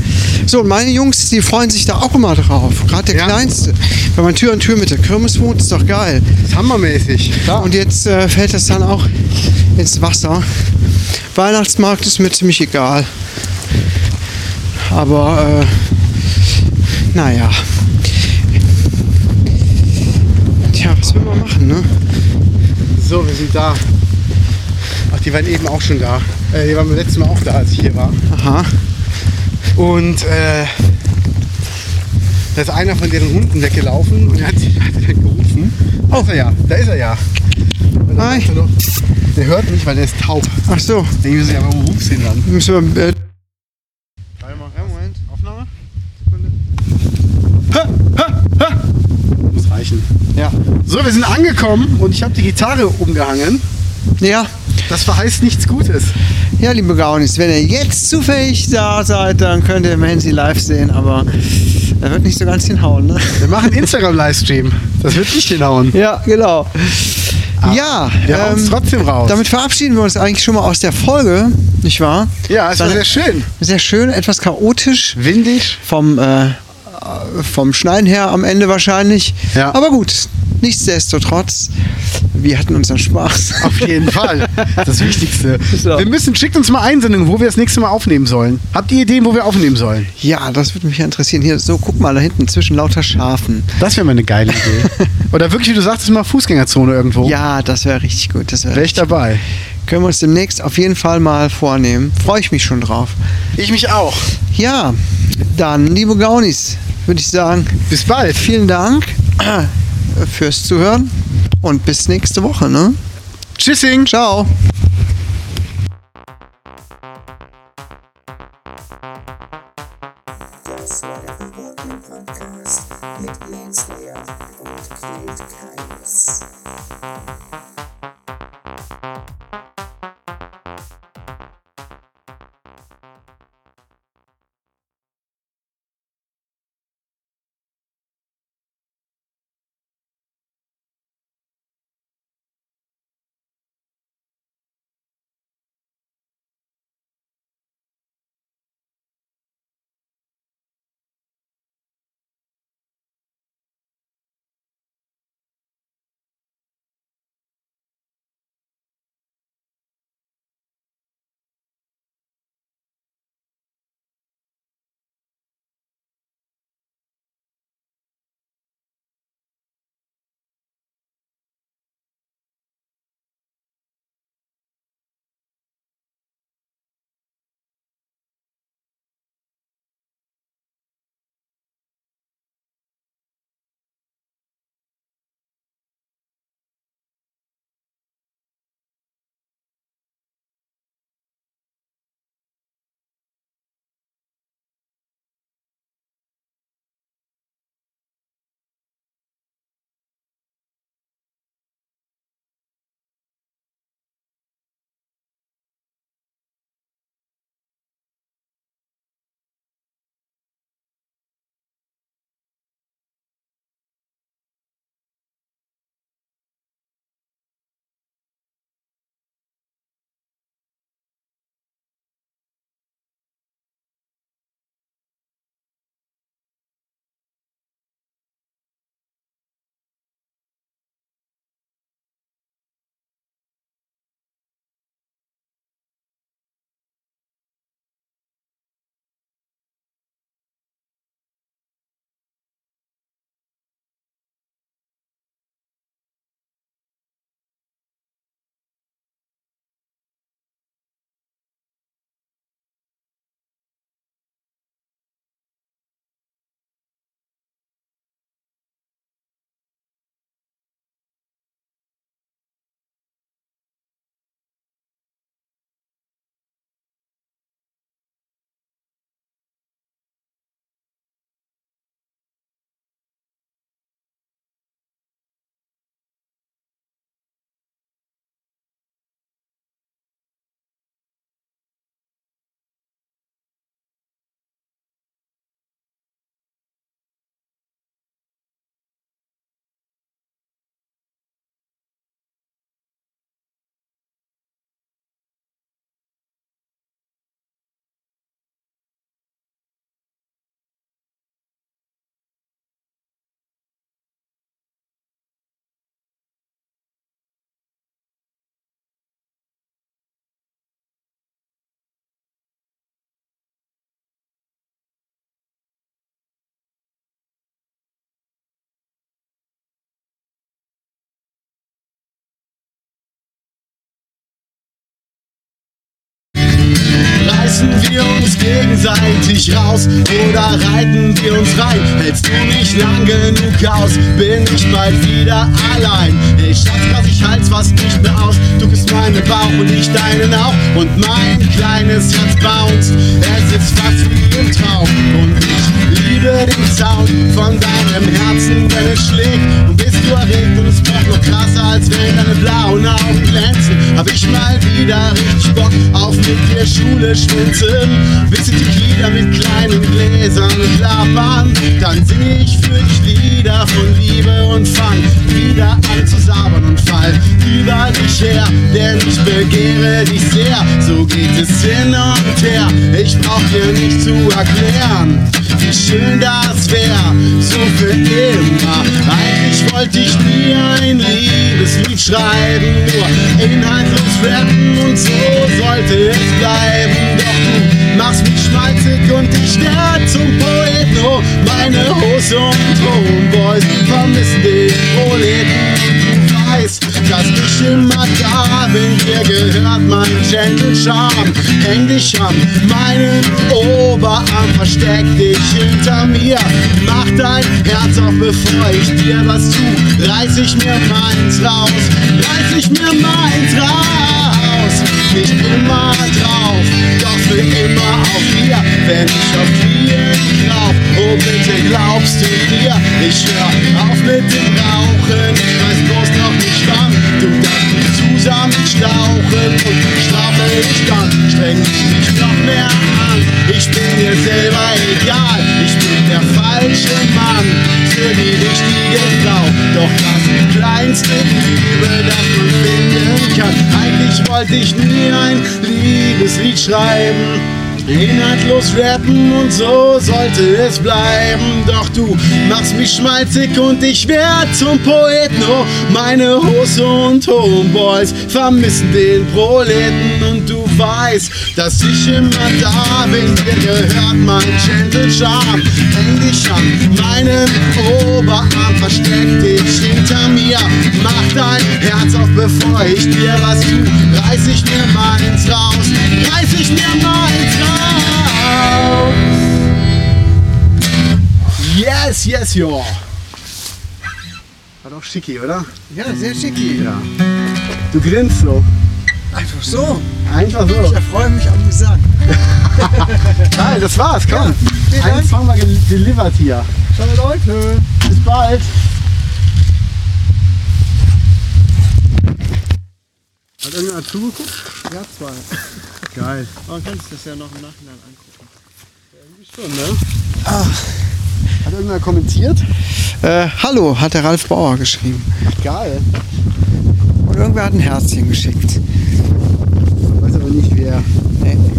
A: So, und meine Jungs, die freuen sich da auch immer drauf. Gerade der
B: Ja.
A: Kleinste. Wenn man Tür an Tür mit der Kirmes wohnt, ist doch geil.
B: Das ist hammermäßig. Ja.
A: Und jetzt äh, fällt das dann auch ins Wasser. Weihnachtsmarkt ist mir ziemlich egal. Aber äh, naja. Tja, was will man machen, ne?
B: So, wir sind da. Ach, die waren eben auch schon da. Äh, die waren beim letzten Mal auch da, als ich hier war.
A: Aha.
B: Und äh, da ist einer von deren Hunden weggelaufen und er hat, hat dann gerufen. Oh, ist er ja, da ist er ja. Und dann
A: Hi.
B: sagt er noch, Der hört nicht, weil der ist taub.
A: Ach so,
B: Den müssen wir aber wo rufst du ihn dann?
A: müssen wir. Äh,
B: Moment, Aufnahme. Sekunde. Muss reichen.
A: ja.
B: So, wir sind angekommen und ich habe die Gitarre umgehangen.
A: Ja.
B: Das verheißt nichts Gutes.
A: Ja, liebe Gaunis, wenn ihr jetzt zufällig da seid, dann könnt ihr Mansi live sehen, aber er wird nicht so ganz hinhauen, ne?
B: Wir machen Instagram-Livestream. Das wird nicht hinhauen.
A: Ja, genau. ja,
B: Wir ähm, hauen es trotzdem raus.
A: damit verabschieden wir uns eigentlich schon mal aus der Folge, nicht wahr?
B: ja, es war sehr schön.
A: Sehr schön, etwas chaotisch
B: Windig.
A: vom, äh, vom Schneiden her am Ende wahrscheinlich.
B: Ja.
A: Aber gut, nichtsdestotrotz, wir hatten unseren Spaß.
B: Auf jeden Fall. Das Wichtigste.
A: So.
B: Wir müssen, schickt uns mal Einsendungen, wo wir das nächste Mal aufnehmen sollen. Habt ihr Ideen, wo wir aufnehmen sollen?
A: Ja, das würde mich ja interessieren. Hier, so, guck mal da hinten zwischen lauter Schafen.
B: Das wäre mal eine geile Idee. Oder wirklich, wie du sagtest, mal Fußgängerzone irgendwo.
A: Ja, das wäre richtig gut. Das wär
B: Wäre ich dabei.
A: Können wir uns demnächst auf jeden Fall mal vornehmen. Freue ich mich schon drauf.
B: Ich mich auch.
A: Ja, dann, liebe Gaunis, würde ich sagen,
B: Bis bald.
A: vielen Dank fürs Zuhören und bis nächste Woche. Ne?
B: Tschüssing.
A: Ciao.
D: Das war der Working Podcast mit Landslayer und Knut Keines.
E: Schießen wir uns gegenseitig raus oder reiten wir uns rein? Hältst du nicht lang genug aus, bin ich bald wieder allein. Ich Schatzkraft, ich halt's fast nicht mehr aus. Du küsst meinen Bauch und ich deinen auch. Und mein kleines Herz bounced, es ist fast wie im Traum. Und ich liebe den Sound von deinem Herzen, wenn es schlägt. Und bist du erregt und es braucht noch krasser, als wenn deine blauen Augen glänzen. Hab ich mal wieder richtig Bock auf mit dir Schule schwänzen. Bisschen Tequila mit kleinen Gläsern und labern. Dann sing ich für dich Lieder von Liebe und fang wieder an zu sabern und fall über dich her. Denn ich begehre dich sehr, so geht es hin und her. Ich brauch dir nicht zu erklären, wie schön das wär, so für immer. Eigentlich wollte ich nie ein Liebeslied schreiben, nur inhaltlos rappen und so sollte es bleiben. Doch du machst mich schmalzig und ich werd zum Poeten. Oh, meine Hose und Homeboys vermissen den Proleten. Du weißt, dass ich immer da bin. Dir gehört mein Gentle Charme. Häng dich an meinen Oberarm, versteck dich hinter mir. Mach dein Herz auf, bevor ich dir was tu. Reiß ich mir meins raus, reiß ich mir meins raus. Nicht immer drauf, doch für immer auf dir, wenn ich auf dir glaub. Oh, bitte glaubst du mir, ich hör auf mit dem Rauchen, ich weiß bloß noch nicht wann. Du darfst nicht zusammen stauchen und strafe ich dann, streng dich nicht noch mehr an. Ich bin mir selber egal, ich bin der falsche Mann für die richtige Frau. Doch das kleinste Liebe, das man finden kann, eigentlich wollte ich nie ein Liebeslied schreiben. Inhaltlos rappen und so sollte es bleiben. Doch du machst mich schmalzig und ich werd zum Poeten. Oh, meine Hose und Homeboys vermissen den Proleten. Und du weißt, dass ich immer da bin. Dir gehört mein Gentle Charme. Häng dich an meinen Oberarm, versteck dich hinter mir. Mach dein Herz auf, bevor ich dir was tu. Reiß ich mir meins raus, reiß ich mir meins raus. Yes, yes, yo. War doch schicki, oder?
C: Ja, sehr schicki.
E: Ja. Du grinst so.
C: Einfach so.
E: Einfach
C: Ich
E: so.
C: erfreue mich am Gesang.
E: Geil, das war's, komm.
C: vielen
E: Einen
C: Dank.
E: Song mal gel- delivered hier.
C: Ciao Leute.
E: Bis bald.
C: Hat irgendjemand zugeguckt? Ja, zwei.
E: Geil.
C: Aber kannst du das ja noch im Nachhinein angucken.
E: Schon, ne?
B: Ah.
E: Hat irgendwer kommentiert?
A: Äh, hallo, hat der Ralf Bauer geschrieben.
E: Geil.
A: Und irgendwer hat ein Herzchen geschickt.
E: Weiß aber nicht wer.
A: Nee.